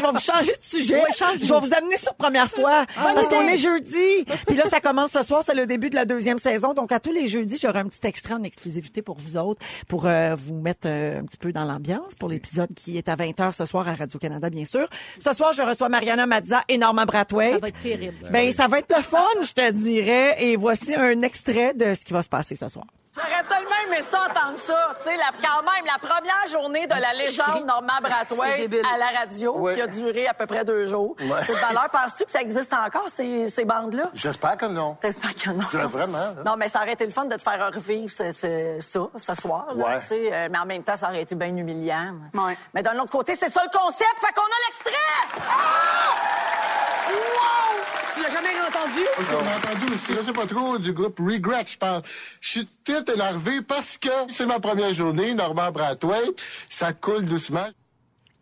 Speaker 1: je vais vous changer de sujet.
Speaker 2: Ouais, change. Ah,
Speaker 1: je vais vous amener sur première fois. parce
Speaker 2: idée.
Speaker 1: qu'on est jeudi. Puis là, ça commence ce soir. C'est le début de la deuxième saison. Donc, à tous les jeudis, j'aurai un petit extrait en exclusivité pour vous autres, pour euh, vous mettre euh, un petit peu dans l'ambiance pour l'épisode qui est à 20h ce soir à Radio-Canada, bien sûr. Ce soir, je reçois Mariana Mazza et Norman Brathwaite.
Speaker 2: Ça va être terrible.
Speaker 1: Ben, ça va être le fun, je te dirais. Et voici un extrait de ce qui va se passer ce soir.
Speaker 4: J'aurais tellement aimé ça, entendre ça. Tu sais, la- quand même, la première journée de la légende Norma Brathwaite à la radio, qui a duré à peu près deux jours. C'est de valeur. Penses-tu que ça existe encore, ces, ces bandes-là?
Speaker 6: J'espère que non.
Speaker 4: T'espères que non?
Speaker 6: Je- vraiment, hein?
Speaker 4: Non, mais ça aurait été le fun de te faire revivre ce- ce- ça ce soir. là,
Speaker 6: Ouais.
Speaker 4: tu sais, euh, mais en même temps, ça aurait été bien humiliant.
Speaker 7: Ouais.
Speaker 4: Mais d'un autre côté, c'est ça le concept. Fait qu'on a l'extrait!
Speaker 7: Tu l'as jamais entendu?
Speaker 6: On a entendu aussi, je sais pas trop, du groupe Regret, je parle. Je suis tout énervé parce que c'est ma première journée, Normand Brathwaite. Ça coule doucement.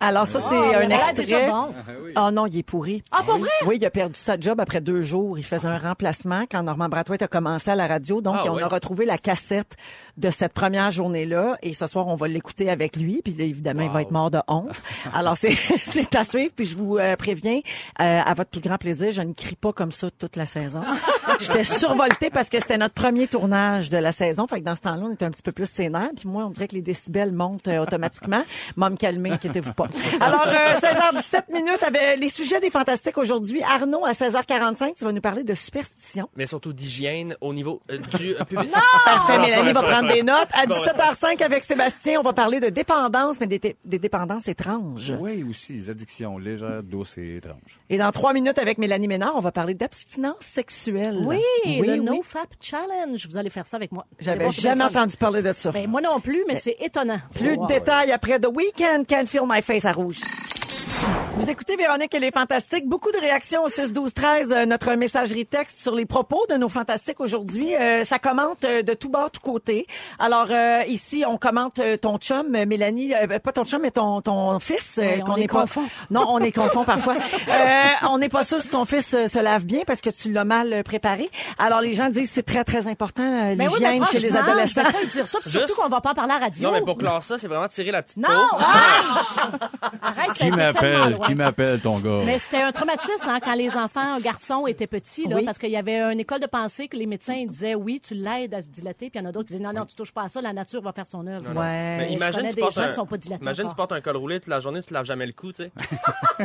Speaker 1: Alors ça, c'est
Speaker 2: Ah,
Speaker 1: un
Speaker 2: il a l'air déjà
Speaker 1: extrait.
Speaker 2: bon.
Speaker 1: Ah non, il est pourri.
Speaker 2: Ah, pas vrai?
Speaker 1: Oui, il a perdu sa job après deux jours. Il faisait un remplacement quand Normand Brathwaite a commencé à la radio. Donc,
Speaker 5: Ah,
Speaker 1: on
Speaker 5: ouais.
Speaker 1: a retrouvé la cassette de cette première journée-là. Et ce soir, on va l'écouter avec lui. Puis là, évidemment, il va être mort de honte. Alors, c'est c'est à suivre. Puis je vous euh, préviens, euh, à votre plus grand plaisir, je ne crie pas comme ça toute la saison. J'étais survoltée parce que c'était notre premier tournage de la saison. Fait que dans ce temps-là, on était un petit peu plus sénère. Puis moi, on dirait que les décibels montent euh, automatiquement. M'a me calmer, inquiétez-vous pas. Alors, euh, 16h17 minutes avec les sujets des fantastiques aujourd'hui. Arnaud, à 16h45, tu vas nous parler de superstition.
Speaker 5: mais surtout d'hygiène au niveau euh, du euh, public.
Speaker 1: Parfait,
Speaker 5: Non, c'est
Speaker 1: Mélanie
Speaker 5: pas
Speaker 1: va
Speaker 5: vrai,
Speaker 1: prendre
Speaker 5: c'est
Speaker 1: des
Speaker 5: pas
Speaker 1: notes. À
Speaker 5: C'est pas vrai,
Speaker 1: 17h05 avec Sébastien, on va parler de dépendance, mais des, té- des dépendances étranges.
Speaker 3: Oui, aussi, les addictions légères, douces et étranges.
Speaker 1: Et dans trois minutes avec Mélanie Ménard, on va parler d'abstinence sexuelle.
Speaker 2: Oui, le No Fap Challenge. Vous allez faire ça avec moi.
Speaker 1: J'avais
Speaker 2: Bon, c'est
Speaker 1: jamais
Speaker 2: le fun.
Speaker 1: entendu parler de ça.
Speaker 2: Ben, moi non plus, mais c'est étonnant.
Speaker 1: Plus de détails après The Weeknd, Can't Feel My Face à rouge. Vous écoutez Véronique, elle est fantastique. Beaucoup de réactions au 6-12-13, euh, notre messagerie texte sur les propos de nos fantastiques aujourd'hui. Euh, ça commente euh, de tout bord, tout côté. Alors euh, ici, on commente euh, ton chum, euh, Mélanie, euh, pas ton chum, mais ton, ton fils. euh,
Speaker 2: Ouais, on
Speaker 1: qu'on
Speaker 2: les
Speaker 1: est pas-
Speaker 2: confond.
Speaker 1: Non, on est confond parfois. Euh, on n'est pas sûr si ton fils euh, se lave bien parce que tu l'as mal euh, préparé. Alors les gens disent c'est très, très important, euh,
Speaker 2: Mais Ben oui, mais
Speaker 1: l'hygiène chez les
Speaker 2: franchement,
Speaker 1: adolescents.
Speaker 2: Je vais pas le dire ça, puis surtout
Speaker 5: Juste-
Speaker 2: qu'on va pas en parler à la radio.
Speaker 5: Non, mais pour clore ça, c'est vraiment tirer la petite
Speaker 2: Non!
Speaker 5: peau.
Speaker 2: arrête! Arrête, ça a
Speaker 3: Qui
Speaker 2: été Ben, tellement
Speaker 3: m'appelle?
Speaker 2: loin.
Speaker 3: Qui m'appelle, ton gars?
Speaker 2: Mais c'était un traumatisme hein, quand les enfants garçons étaient petits, là,
Speaker 1: Oui.
Speaker 2: parce qu'il y avait une école de pensée que les médecins ils disaient oui, tu l'aides à se dilater, puis il y en a d'autres qui disaient non, non, tu touches pas à ça, la nature va faire son œuvre.
Speaker 5: Non, non.
Speaker 1: Ouais.
Speaker 5: Mais
Speaker 2: Euh, Je
Speaker 5: imagine
Speaker 2: connais
Speaker 5: tu
Speaker 2: des
Speaker 5: portes
Speaker 2: gens
Speaker 5: un-
Speaker 2: qui sont pas dilatés
Speaker 5: Imagine
Speaker 2: encore.
Speaker 5: tu portes un col roulé toute la journée, tu te laves jamais le cou, tu sais.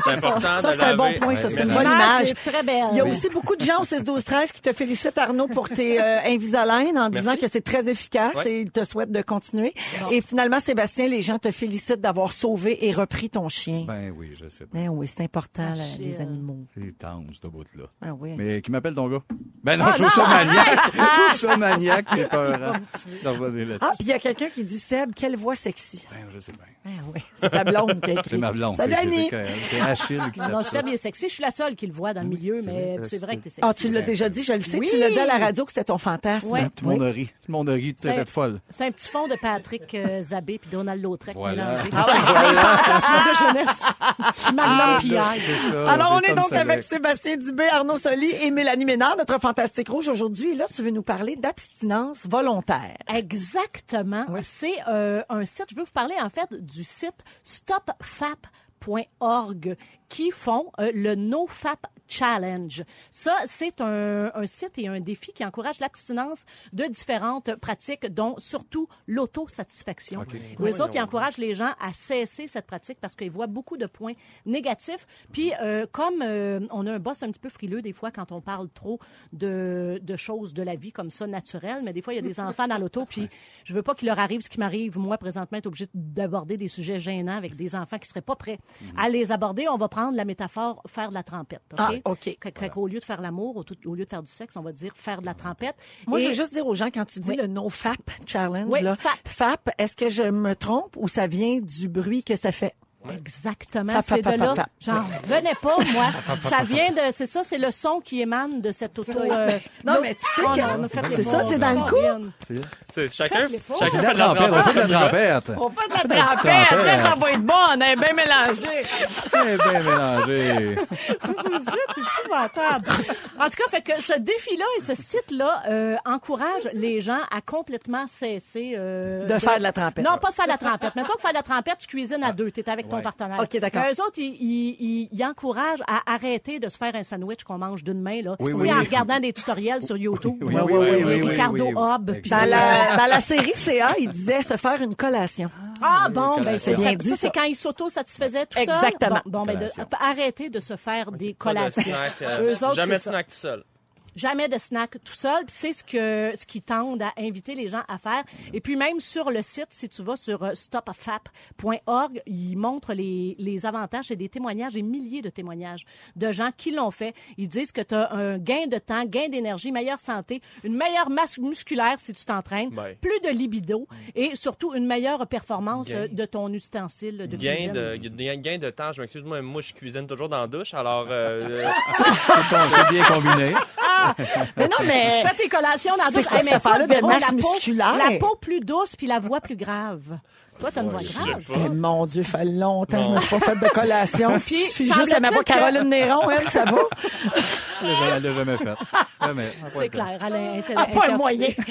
Speaker 5: C'est important.
Speaker 1: Ça,
Speaker 5: de
Speaker 1: c'est un bon
Speaker 5: laver.
Speaker 1: point, ça, c'est une
Speaker 5: Mais
Speaker 1: bonne
Speaker 5: non.
Speaker 1: image.
Speaker 2: est très belle.
Speaker 1: Il y a aussi beaucoup de gens au 16 12 13 qui te félicitent Arnaud pour tes euh, Invisalign en disant
Speaker 5: Merci.
Speaker 1: que c'est très efficace
Speaker 5: Ouais.
Speaker 1: et ils te souhaitent de continuer. Et finalement Sébastien, les gens te félicitent d'avoir sauvé et repris ton chien. Ben,
Speaker 3: Ben oui, je sais pas.
Speaker 1: oui, c'est important la-
Speaker 2: chien.
Speaker 1: les animaux.
Speaker 3: C'est tense, ce bout-là.
Speaker 1: Ah oui.
Speaker 3: Mais qui m'appelle ton gars? Ben non,
Speaker 2: Ah,
Speaker 3: je trouve ça maniaque. Je trouve ça maniaque, t'es peur, hein, d'en revenir
Speaker 1: Ah,
Speaker 3: là-dessus.
Speaker 1: puis il y a quelqu'un qui dit Seb, quelle voix sexy.
Speaker 3: Ben, je sais bien.
Speaker 1: Ah oui, c'est ta blonde qui a écrit.
Speaker 3: C'est ma blonde.
Speaker 1: Salut
Speaker 3: c'est- c'est-
Speaker 1: Annie.
Speaker 3: c'est- C'est Achille qui
Speaker 2: Non, non,
Speaker 3: tape ça.
Speaker 2: Seb, il est sexy. Je suis la seule qui le voit dans le milieu,
Speaker 3: c'est
Speaker 2: mais
Speaker 3: vrai,
Speaker 2: c'est
Speaker 3: c'est-
Speaker 2: vrai que t'es sexy.
Speaker 1: Ah, tu l'as déjà dit, je le sais.
Speaker 2: Oui.
Speaker 1: Tu l'as dit à la radio que c'était ton fantasme.
Speaker 2: Ouais.
Speaker 3: Tout le monde a ri. Tout le monde a ri, tu
Speaker 2: C'est-
Speaker 3: t'es folle.
Speaker 2: C'est un petit fond de Patrick euh, Zabé puis Donald Lautrec
Speaker 3: Voilà.
Speaker 2: mélangé. Fantasme de jeunesse. Magnum P.I.
Speaker 3: C'est ça,
Speaker 1: Ah, Alors, on
Speaker 3: c'est
Speaker 1: est
Speaker 3: Tom
Speaker 1: donc
Speaker 3: Selleck.
Speaker 1: avec Sébastien Dubé, Arnaud Soli et Mélanie Ménard, notre fantastique rouge aujourd'hui. Et là, tu veux nous parler d'abstinence volontaire.
Speaker 2: Exactement. C'est euh, un site, je veux vous parler en fait du site stopfap.org qui font euh, le NoFap Challenge. Ça, c'est un, un site et un défi qui encourage l'abstinence de différentes pratiques, dont surtout l'autosatisfaction. Les autres, ils encouragent les gens à cesser cette pratique parce qu'ils voient beaucoup de points négatifs. Puis, euh, comme euh, on a un boss un petit peu frileux des fois quand on parle trop de, de choses de la vie comme ça, naturelles, mais des fois, il y a des enfants dans l'auto, puis je veux pas qu'il leur arrive ce qui m'arrive, moi, présentement, être obligé d'aborder des sujets gênants avec des enfants qui seraient pas prêts à les aborder. On va prendre la métaphore faire de la trempette. OK?
Speaker 1: Mhm. Ah, OK.
Speaker 2: Au lieu de faire l'amour, au, tout- au lieu de faire du sexe, on va dire faire de la trempette.
Speaker 1: Moi, je
Speaker 2: Et-
Speaker 1: veux juste dire aux gens, quand tu dis
Speaker 2: Oui.
Speaker 1: le no-fap challenge,
Speaker 2: Oui,
Speaker 1: là,
Speaker 2: fap.
Speaker 1: fap, est-ce que je me trompe ou ça vient du bruit que ça fait?
Speaker 2: Exactement.
Speaker 1: Fa, fa,
Speaker 2: C'est
Speaker 1: fa,
Speaker 2: de
Speaker 1: fa,
Speaker 2: là.
Speaker 1: fa.
Speaker 2: J'en venais pas, moi. Ça vient de. C'est ça, c'est le son qui émane de cette auto. euh,
Speaker 1: Non, mais tu sais
Speaker 2: Oh,
Speaker 1: que-
Speaker 2: non, on a fait
Speaker 1: c'est
Speaker 2: les
Speaker 1: ça,
Speaker 2: mots.
Speaker 1: c'est dans le coup.
Speaker 2: Corinne.
Speaker 5: C'est- Chacun,
Speaker 2: Faites-les pas.
Speaker 5: chacun fait de la
Speaker 3: Trempette, on fait
Speaker 5: trempette.
Speaker 3: de la trempette.
Speaker 1: On fait de la
Speaker 3: trempette, trempette. ça
Speaker 1: va être bon, on est bien mélangé.
Speaker 3: Eh bien mélangé.
Speaker 2: Vous êtes épouvantable. Ah En tout cas, fait que ce défi-là et ce site-là euh, encourage les gens à complètement cesser euh,
Speaker 1: De faire de la trempette. Ah.
Speaker 2: Non, pas de faire de la trempette. Mettons que faire de la trempette, tu cuisines à deux, t'es avec ton partenaire.
Speaker 1: OK, d'accord.
Speaker 2: Mais eux autres, ils, ils, ils- ils encouragent à arrêter de se faire un sandwich qu'on mange d'une main là,
Speaker 3: Oui,
Speaker 2: Tu
Speaker 3: oui,
Speaker 2: sais, en
Speaker 3: oui.
Speaker 2: regardant des tutoriels sur YouTube.
Speaker 3: Oui, oui, oui, oui, oui,
Speaker 2: Ricardo
Speaker 3: oui, oui.
Speaker 2: Hobb. puis-
Speaker 1: Dans la, dans la série CA, il disait se faire une collation.
Speaker 2: Ah bon, ben
Speaker 1: C'est
Speaker 2: c'est
Speaker 1: bien
Speaker 2: fait-
Speaker 1: dit,
Speaker 2: ça,
Speaker 1: ça.
Speaker 2: c'est quand ils s'auto-satisfaisaient tout seul.
Speaker 1: Exactement.
Speaker 2: Bon, bon ben, de-
Speaker 3: Collation.
Speaker 2: arrêtez de se faire des
Speaker 5: Pas de
Speaker 2: collations.
Speaker 5: snack, euh,
Speaker 2: Eux autres,
Speaker 5: Jamais
Speaker 2: c'est
Speaker 5: de
Speaker 2: ça.
Speaker 5: snack tout seul.
Speaker 2: jamais de snack tout seul. Puis c'est ce que ce qui tendent à inviter les gens à faire. Et puis même sur le site, si tu vas sur euh, stopfap.org, ils montrent les, les avantages et des témoignages et milliers de témoignages de gens qui l'ont fait. Ils disent que tu as un gain de temps, gain d'énergie, meilleure santé, une meilleure masse musculaire si tu t'entraînes,
Speaker 5: Ouais.
Speaker 2: plus de libido et surtout une meilleure performance euh, de ton ustensile de
Speaker 5: Gain
Speaker 2: cuisine.
Speaker 5: de, gain- gain de temps, je m'excuse, moi, moi je cuisine toujours dans la douche, alors euh, euh,
Speaker 3: C'est bien combiné.
Speaker 1: mais non, mais.
Speaker 2: Tu fais tes collations dans la
Speaker 1: Eh. C'est
Speaker 2: douche.
Speaker 1: quoi
Speaker 2: Eh, mais
Speaker 1: cette affaire-là de
Speaker 2: toi, Véro,
Speaker 1: masse
Speaker 2: la peau-
Speaker 1: musculaire?
Speaker 2: La peau plus douce puis la voix plus grave. Toi, t'as une voix grave.
Speaker 1: Eh, mon Dieu, fait longtemps que je me suis pas faite de collation.
Speaker 2: Puis,
Speaker 1: Je suis juste à ma voix
Speaker 2: semble-t-il que-
Speaker 1: Caroline Néron, elle, ça va?
Speaker 3: Elle l'a jamais fait. Jamais.
Speaker 2: C'est clair. Elle est
Speaker 1: Ah, pas le
Speaker 2: inter-
Speaker 1: moyen.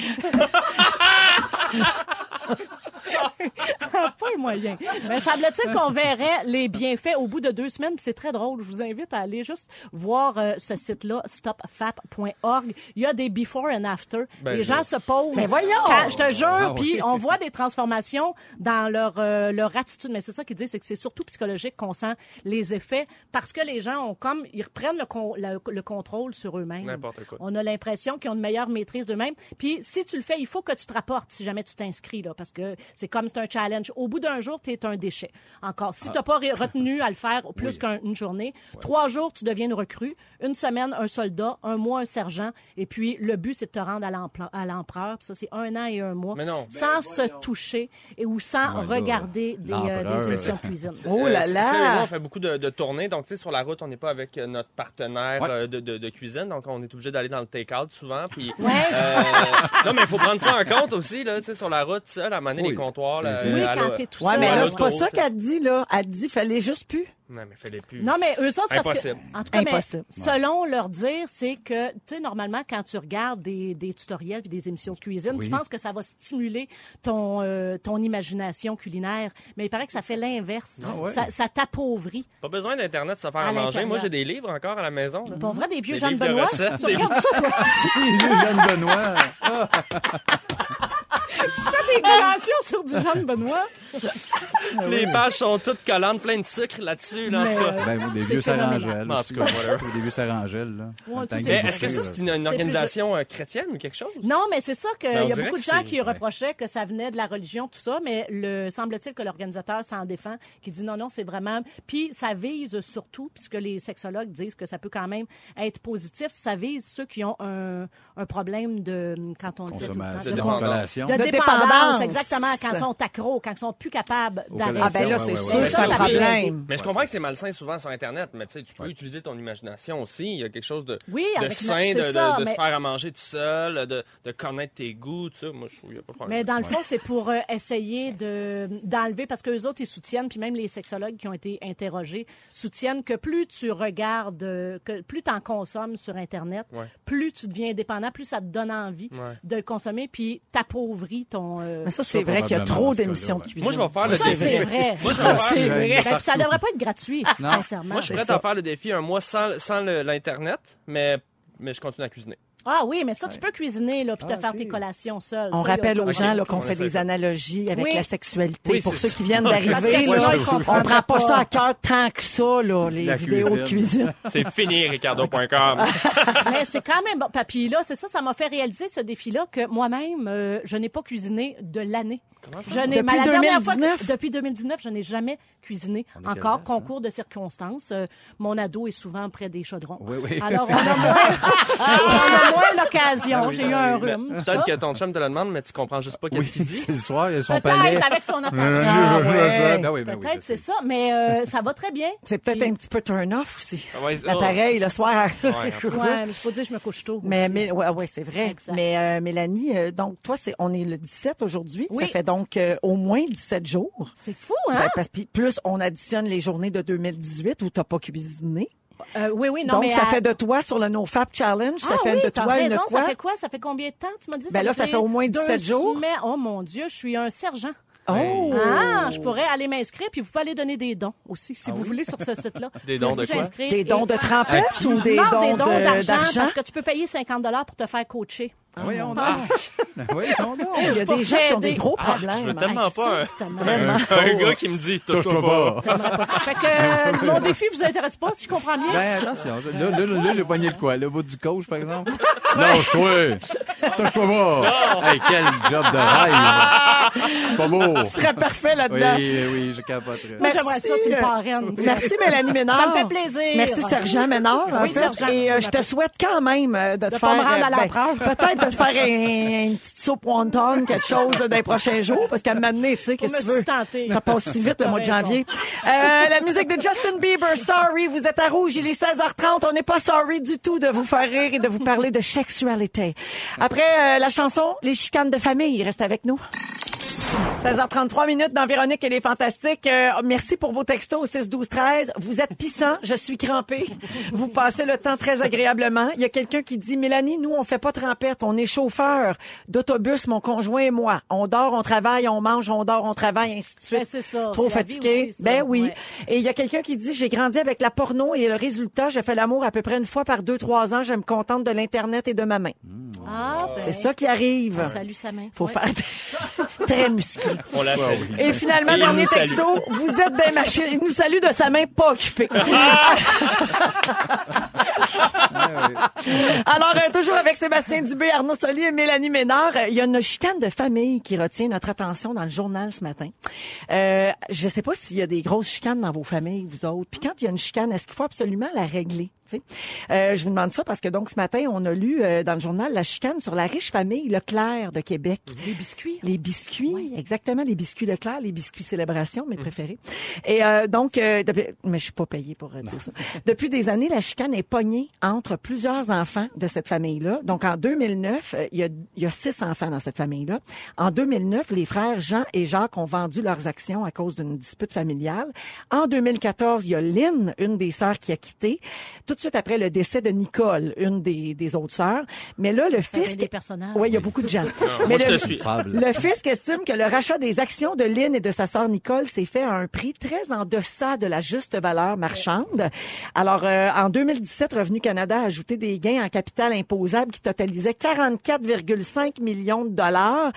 Speaker 2: pas le moyen. Mais semble-t-il qu'on verrait les bienfaits au bout de deux semaines. puis C'est très drôle. Je vous invite à aller juste voir euh, ce site-là, stopfap.org. Il y a des before and after.
Speaker 5: Ben,
Speaker 2: les
Speaker 5: je-
Speaker 2: gens se posent.
Speaker 1: Mais voyons!
Speaker 2: Quand- je te jure.
Speaker 3: Ah, oui.
Speaker 2: Puis on voit des transformations dans leur, euh, leur attitude. Mais c'est ça qu'ils disent, c'est que c'est surtout psychologique qu'on sent les effets parce que les gens ont comme, ils reprennent le, con- le- le contrôle sur eux-mêmes.
Speaker 5: N'importe quoi.
Speaker 2: On a l'impression qu'ils ont une meilleure maîtrise d'eux-mêmes. Puis si tu le fais, il faut que tu te rapportes si jamais tu t'inscris, là, parce que c'est comme c'est un challenge. Au bout d'un jour, tu es un déchet. Encore. Si tu n'as pas re- retenu à le faire plus qu'une journée, trois jours, tu deviens une recrue. Une semaine, un soldat. Un mois, un sergent. Et puis, le but, c'est de te rendre à l'empl- à l'empereur. Puis Ça, c'est un an et un mois.
Speaker 5: Mais non.
Speaker 2: Sans se toucher et ou sans
Speaker 3: là,
Speaker 2: regarder des, euh,
Speaker 3: l'empereur.
Speaker 2: des émissions de cuisine.
Speaker 1: Oh là
Speaker 5: Euh,
Speaker 1: là!
Speaker 5: Cécile et moi, on fait beaucoup de, de tournées. Donc, tu sais, sur la route, on n'est pas avec euh, notre partenaire
Speaker 3: Ouais.
Speaker 5: euh, de, de- de cuisine. Donc, on est obligé d'aller dans le take-out souvent. Puis,
Speaker 2: Ouais.
Speaker 5: euh, non, mais il faut prendre ça en compte aussi, là, tu sais, sur la route, seul, à maner
Speaker 3: Oui.
Speaker 5: les comptoirs.
Speaker 3: C'est-
Speaker 5: Là, euh,
Speaker 3: c'est-
Speaker 2: Oui,
Speaker 5: à
Speaker 2: quand
Speaker 5: la-
Speaker 2: t'es tout
Speaker 1: Ouais,
Speaker 2: seul.
Speaker 1: mais
Speaker 2: à
Speaker 1: là, c'est
Speaker 2: l'auto.
Speaker 1: pas ça qu'elle dit, là. Elle dit, fallait juste plus.
Speaker 5: Non, mais fallait plus.
Speaker 2: Non, mais eux autres, c'est parce que...
Speaker 5: Mm. Impossible.
Speaker 2: En tout cas, mais
Speaker 1: Impossible.
Speaker 2: selon leur dire, c'est que, tu sais, normalement, quand tu regardes des, des tutoriels puis des émissions de cuisine,
Speaker 3: Oui.
Speaker 2: tu penses que ça va stimuler ton, euh, ton imagination culinaire. Mais il paraît que ça fait l'inverse.
Speaker 3: Ah ouais.
Speaker 2: Ça, ça t'appauvrit.
Speaker 5: Pas besoin d'Internet pour se faire
Speaker 2: À
Speaker 5: à, manger.
Speaker 2: l'intérieur.
Speaker 5: Moi, j'ai des livres encore à la maison. là.
Speaker 2: Pour vrai, des vieux
Speaker 5: Des
Speaker 2: Jean
Speaker 5: Mm-hmm. livres de
Speaker 2: Benoît.
Speaker 5: recettes,
Speaker 2: Tu
Speaker 5: des-
Speaker 2: regardes ça, toi.
Speaker 3: Il est jeune Benoît.
Speaker 2: tes collations sur du Jean Benoît.
Speaker 5: les pages sont toutes collantes, plein de sucre là-dessus. Là, en
Speaker 2: Mais,
Speaker 5: tout cas.
Speaker 2: euh,
Speaker 3: Ben, des
Speaker 2: C'est
Speaker 3: vieux
Speaker 2: phénoménal.
Speaker 3: Sarangelles.
Speaker 5: En tout cas, whatever.
Speaker 3: Des vieux Sarangelles, là.
Speaker 2: Ouais,
Speaker 3: Attends,
Speaker 2: tu sais,
Speaker 5: Mais
Speaker 2: c'est
Speaker 5: est-ce que ça,
Speaker 3: là.
Speaker 5: c'est une, une
Speaker 2: plus
Speaker 5: organisation euh, chrétienne ou quelque chose?
Speaker 2: Non, mais c'est ça qu'il
Speaker 5: Ben, on
Speaker 2: y a
Speaker 5: dirait
Speaker 2: beaucoup de
Speaker 5: que
Speaker 2: gens
Speaker 5: c'est-
Speaker 2: qui reprochaient que ça venait de la religion, tout ça, mais le semble-t-il que l'organisateur s'en défend, qui dit non, non, c'est vraiment... Puis ça vise surtout, puisque les sexologues disent que ça peut quand même être positif, ça vise ceux qui ont un, un problème de... quand on le fait tout le temps,
Speaker 3: Consommation,
Speaker 2: de-
Speaker 3: de
Speaker 5: dépendance.
Speaker 3: collation.
Speaker 2: de,
Speaker 1: De
Speaker 2: dépendance,
Speaker 1: dépendance.
Speaker 2: exactement, quand ils sont accros, quand ils sont plus capables
Speaker 3: Aux
Speaker 2: d'arrêter.
Speaker 1: Ah, ben là,
Speaker 3: Ouais,
Speaker 1: c'est
Speaker 3: ouais,
Speaker 1: sûr,
Speaker 3: ouais.
Speaker 1: c'est un
Speaker 5: Mais ça,
Speaker 1: problème.
Speaker 5: Mais je comprends que c'est malsain souvent sur Internet, mais tu sais, tu peux utiliser ton imagination aussi. Il y a quelque chose de,
Speaker 2: Oui,
Speaker 5: de
Speaker 2: avec
Speaker 5: sain,
Speaker 2: ma-
Speaker 5: de,
Speaker 2: c'est
Speaker 5: de-
Speaker 2: ça,
Speaker 5: de
Speaker 2: mais-
Speaker 5: se faire à manger tout seul, de, de connaître tes goûts, tout ça. Moi, je trouve qu'il n'y a pas de problème.
Speaker 2: Mais dans le fond, c'est pour euh, essayer de d'enlever parce que les autres ils soutiennent puis même les sexologues qui ont été interrogés soutiennent que plus tu regardes euh, que plus tu en consommes sur internet,
Speaker 5: Ouais.
Speaker 2: plus tu deviens dépendant, plus ça te donne envie
Speaker 5: Ouais.
Speaker 2: de le consommer puis t'appauvris ton euh,
Speaker 1: Mais ça, c'est
Speaker 3: Ça,
Speaker 1: vrai qu'il y a
Speaker 3: probablement,
Speaker 1: trop
Speaker 3: dans ce
Speaker 1: d'émissions de
Speaker 3: cas-là, ouais.
Speaker 1: cuisine.
Speaker 5: Moi, je vais faire le
Speaker 2: ça
Speaker 5: défi.
Speaker 2: c'est vrai.
Speaker 5: Moi, je vais
Speaker 2: Ça,
Speaker 5: faire-
Speaker 2: c'est
Speaker 3: Ouais,
Speaker 2: vrai. Ben,
Speaker 3: partout.
Speaker 2: puis ça devrait pas être gratuit,
Speaker 3: Non.
Speaker 2: sincèrement.
Speaker 5: Moi, je suis
Speaker 2: C'est
Speaker 5: prête
Speaker 2: ça.
Speaker 5: à faire le défi un mois sans, sans le- l'Internet, mais, mais je continue à cuisiner.
Speaker 2: Ah oui, mais ça tu peux cuisiner là puis
Speaker 5: Ah,
Speaker 2: te faire tes collations seul.
Speaker 1: On rappelle aux
Speaker 5: Ok,
Speaker 1: gens là, qu'on
Speaker 5: on
Speaker 1: fait
Speaker 5: essaie
Speaker 1: des
Speaker 5: ça.
Speaker 1: analogies avec
Speaker 2: Oui.
Speaker 1: la sexualité.
Speaker 5: Oui,
Speaker 1: Pour
Speaker 5: c'est
Speaker 1: ceux
Speaker 5: ça.
Speaker 1: qui viennent
Speaker 2: Parce que
Speaker 1: d'arriver,
Speaker 2: sinon,
Speaker 1: là,
Speaker 2: ils
Speaker 1: on
Speaker 2: comprennent
Speaker 1: prend pas ça à cœur tant que ça, là, les
Speaker 3: La
Speaker 1: vidéos de cuisine.
Speaker 5: C'est fini, ricardo.com.
Speaker 2: Mais c'est quand même bon. Papy, là, c'est ça, ça m'a fait réaliser ce défi-là que moi-même, euh, je n'ai pas cuisiné de l'année. Je n'ai
Speaker 1: Depuis
Speaker 2: ma- la dernière fois que-
Speaker 1: 2019?
Speaker 2: depuis 2019, je n'ai jamais cuisiné.
Speaker 3: est quelle
Speaker 2: Encore
Speaker 3: date,
Speaker 2: concours de circonstances. Euh, mon ado est souvent près des chaudrons.
Speaker 3: Oui, oui.
Speaker 2: Alors on a moins, on a moins l'occasion.
Speaker 3: Ah oui,
Speaker 2: J'ai
Speaker 3: ah
Speaker 2: eu un
Speaker 3: oui,
Speaker 5: Mais
Speaker 2: rhume.
Speaker 5: Peut-être que ton chum te le demande, mais tu comprends juste pas qu'est-ce
Speaker 3: Oui,
Speaker 5: qu'il dit.
Speaker 3: c'est le soir, il y a son palais.
Speaker 2: Peut-être avec son appareil.
Speaker 1: Ah, ouais.
Speaker 3: Ben oui, ben oui,
Speaker 2: Peut-être
Speaker 3: je
Speaker 2: c'est
Speaker 3: sais.
Speaker 2: ça, mais euh, ça va très bien.
Speaker 1: C'est peut-être
Speaker 2: Puis-
Speaker 1: un petit peu turn-off aussi.
Speaker 5: Ah ouais, c'est-
Speaker 1: L'appareil, le soir.
Speaker 5: Ouais,
Speaker 1: Je vois.
Speaker 2: Ouais, mais faut dire que je me couche tôt.
Speaker 1: Mais,
Speaker 2: aussi.
Speaker 1: mais ouais, ouais, c'est vrai.
Speaker 2: Exact.
Speaker 1: Mais euh, Mélanie, euh, donc toi, c'est on est le 17 aujourd'hui.
Speaker 2: Oui.
Speaker 1: Ça fait donc euh, au moins 17 jours.
Speaker 2: c'est fou,
Speaker 1: Ben,
Speaker 2: hein?
Speaker 1: parce que plus on additionne les journées de 2018 où t'as pas cuisiné.
Speaker 2: Euh, oui, oui, non,
Speaker 1: donc
Speaker 2: mais
Speaker 1: ça
Speaker 2: à-
Speaker 1: fait de toi sur le NoFap Challenge, ça
Speaker 2: Ah
Speaker 1: fait
Speaker 2: oui,
Speaker 1: de
Speaker 2: t'as
Speaker 1: toi une
Speaker 2: raison,
Speaker 1: quoi
Speaker 2: Ça fait quoi? Ça fait combien de temps? Tu m'as dit
Speaker 1: Ben là, ça fait au moins 17
Speaker 2: deux
Speaker 1: jours.
Speaker 2: semaines. Oh mon Dieu, je suis un sergent.
Speaker 1: Oh,
Speaker 2: Ah, je pourrais aller m'inscrire, puis vous pouvez aller donner des dons aussi, si vous voulez, sur ce site-là.
Speaker 5: Des
Speaker 2: Vous
Speaker 5: dons
Speaker 2: pouvez
Speaker 5: de
Speaker 2: vous
Speaker 5: quoi?
Speaker 2: inscrire
Speaker 1: Ah des
Speaker 2: et-
Speaker 1: dons de trempette ou des
Speaker 2: non,
Speaker 1: dons
Speaker 2: des dons
Speaker 1: de-
Speaker 2: d'argent,
Speaker 1: d'argent
Speaker 2: parce que tu peux payer 50 pour te faire coacher.
Speaker 3: Ah Oui, on a. Oui, on a.
Speaker 1: Il y a
Speaker 2: pour
Speaker 1: des gens qui ont des
Speaker 2: aider.
Speaker 1: gros
Speaker 5: Ah, je veux
Speaker 1: problèmes. hein.
Speaker 5: tellement pas un,
Speaker 2: Exactement.
Speaker 5: un, un
Speaker 3: Oh.
Speaker 5: gars qui me dit touche-toi pas.
Speaker 2: J'aimerais pas ça. Fait que euh, mon défi vous intéresse pas, si je comprends bien.
Speaker 3: Ben, attention. ça- Là, là, là, là, j'ai poigné le quoi? Le bout du coach, par exemple? Lâche-toi! Touche-toi pas! Hey, quel job de rêve! C'est pas beau!
Speaker 1: Tu serais parfait
Speaker 3: Oui,
Speaker 1: là-dedans.
Speaker 3: oui, je capoterais.
Speaker 2: Moi, j'aimerais ça, tu me
Speaker 1: euh,
Speaker 2: parraines.
Speaker 1: Merci Mélanie Ménard.
Speaker 2: Ça me fait plaisir.
Speaker 1: Merci Sergent Ménard. en
Speaker 2: Oui,
Speaker 1: fait.
Speaker 2: Sergent,
Speaker 1: Et euh,
Speaker 2: tu
Speaker 1: je te souhaite quand même euh, de, te
Speaker 2: pas
Speaker 1: faire
Speaker 2: me rendre
Speaker 1: euh,
Speaker 2: à l'empereur.
Speaker 1: peut-être de de te faire un, une petite soupe wonton, quelque chose là, dans les prochains jours, parce qu'à un moment donné, tu sais, qu'est-ce
Speaker 2: me
Speaker 1: que tu veux?
Speaker 2: suis tentée.
Speaker 1: Ça passe si vite le mois de
Speaker 2: T'as raison.
Speaker 1: janvier. Euh, la musique de Justin Bieber, Sorry, vous êtes à rouge, il est 16h30, on n'est pas sorry du tout de vous faire rire et de vous parler de sexualité. Après euh, la chanson, les chicanes de famille, reste avec nous. 16h33 minutes dans Véronique et les Fantastiques. Euh, merci pour vos textos au 6 12 13. Vous êtes pissant, je suis crampé. Vous passez le temps très agréablement. Il y a quelqu'un qui dit Mélanie, nous on fait pas trempette, on est chauffeur d'autobus mon conjoint et moi. On dort, on travaille, on mange, on dort, on travaille ainsi de suite.
Speaker 2: Ben, c'est ça,
Speaker 1: Trop
Speaker 2: c'est la vie
Speaker 1: fatigué.
Speaker 2: aussi, ça.
Speaker 1: ben oui.
Speaker 2: Ouais.
Speaker 1: Et il y a quelqu'un qui dit j'ai grandi avec la porno et le résultat, j'ai fait l'amour à peu près une fois par deux trois ans, je me contente de l'internet et de ma main.
Speaker 2: Ah, ben,
Speaker 1: C'est ça qui arrive.
Speaker 2: Salut sa main.
Speaker 1: Faut
Speaker 2: Ah, Ouais.
Speaker 1: faire très musclé.
Speaker 5: On l'a fait.
Speaker 1: Et finalement,
Speaker 5: Et il
Speaker 1: dernier
Speaker 5: nous salue.
Speaker 1: texto, vous êtes des machines. Il nous salue de sa main pas occupée. Alors, euh, toujours avec Sébastien Dubé, Arnaud Soli et Mélanie Ménard, euh, il y a une chicane de famille qui retient notre attention dans le journal ce matin. Euh, je sais pas s'il y a des grosses chicanes dans vos familles, vous autres. Puis quand il y a une chicane, est-ce qu'il faut absolument la régler? tu sais? Euh, je vous demande ça parce que donc ce matin, on a lu euh, dans le journal la chicane sur la riche famille Leclerc de Québec.
Speaker 2: Les biscuits.
Speaker 1: Les biscuits, exactement, les biscuits Leclerc, les biscuits Célébration, mes préférés. Et euh, donc, euh, depuis- mais je suis pas payée pour euh, dire ça. Depuis des années, la chicane est pognée entre plusieurs enfants de cette famille-là. Donc, en 2009, euh, il y, a, il y a six enfants dans cette famille-là. En 2009, les frères Jean et Jacques ont vendu leurs actions à cause d'une dispute familiale. En 2014, il y a Lynn, une des sœurs qui a quitté, tout de suite après le décès de Nicole, une des, des autres sœurs. Mais là, le
Speaker 2: avait
Speaker 1: fils...
Speaker 2: des personnages.
Speaker 1: Oui, il y a beaucoup de gens.
Speaker 5: Moi,
Speaker 1: Mais
Speaker 5: je te
Speaker 1: le-
Speaker 5: suis.
Speaker 1: le fisc estime que le rachat des actions de Lynn et de sa sœur Nicole s'est fait à un prix très en deçà de la juste valeur marchande. Alors, euh, en 2017, Revenu Canada a ajouté des gains en capital imposable qui totalisaient 44,5 millions de dollars.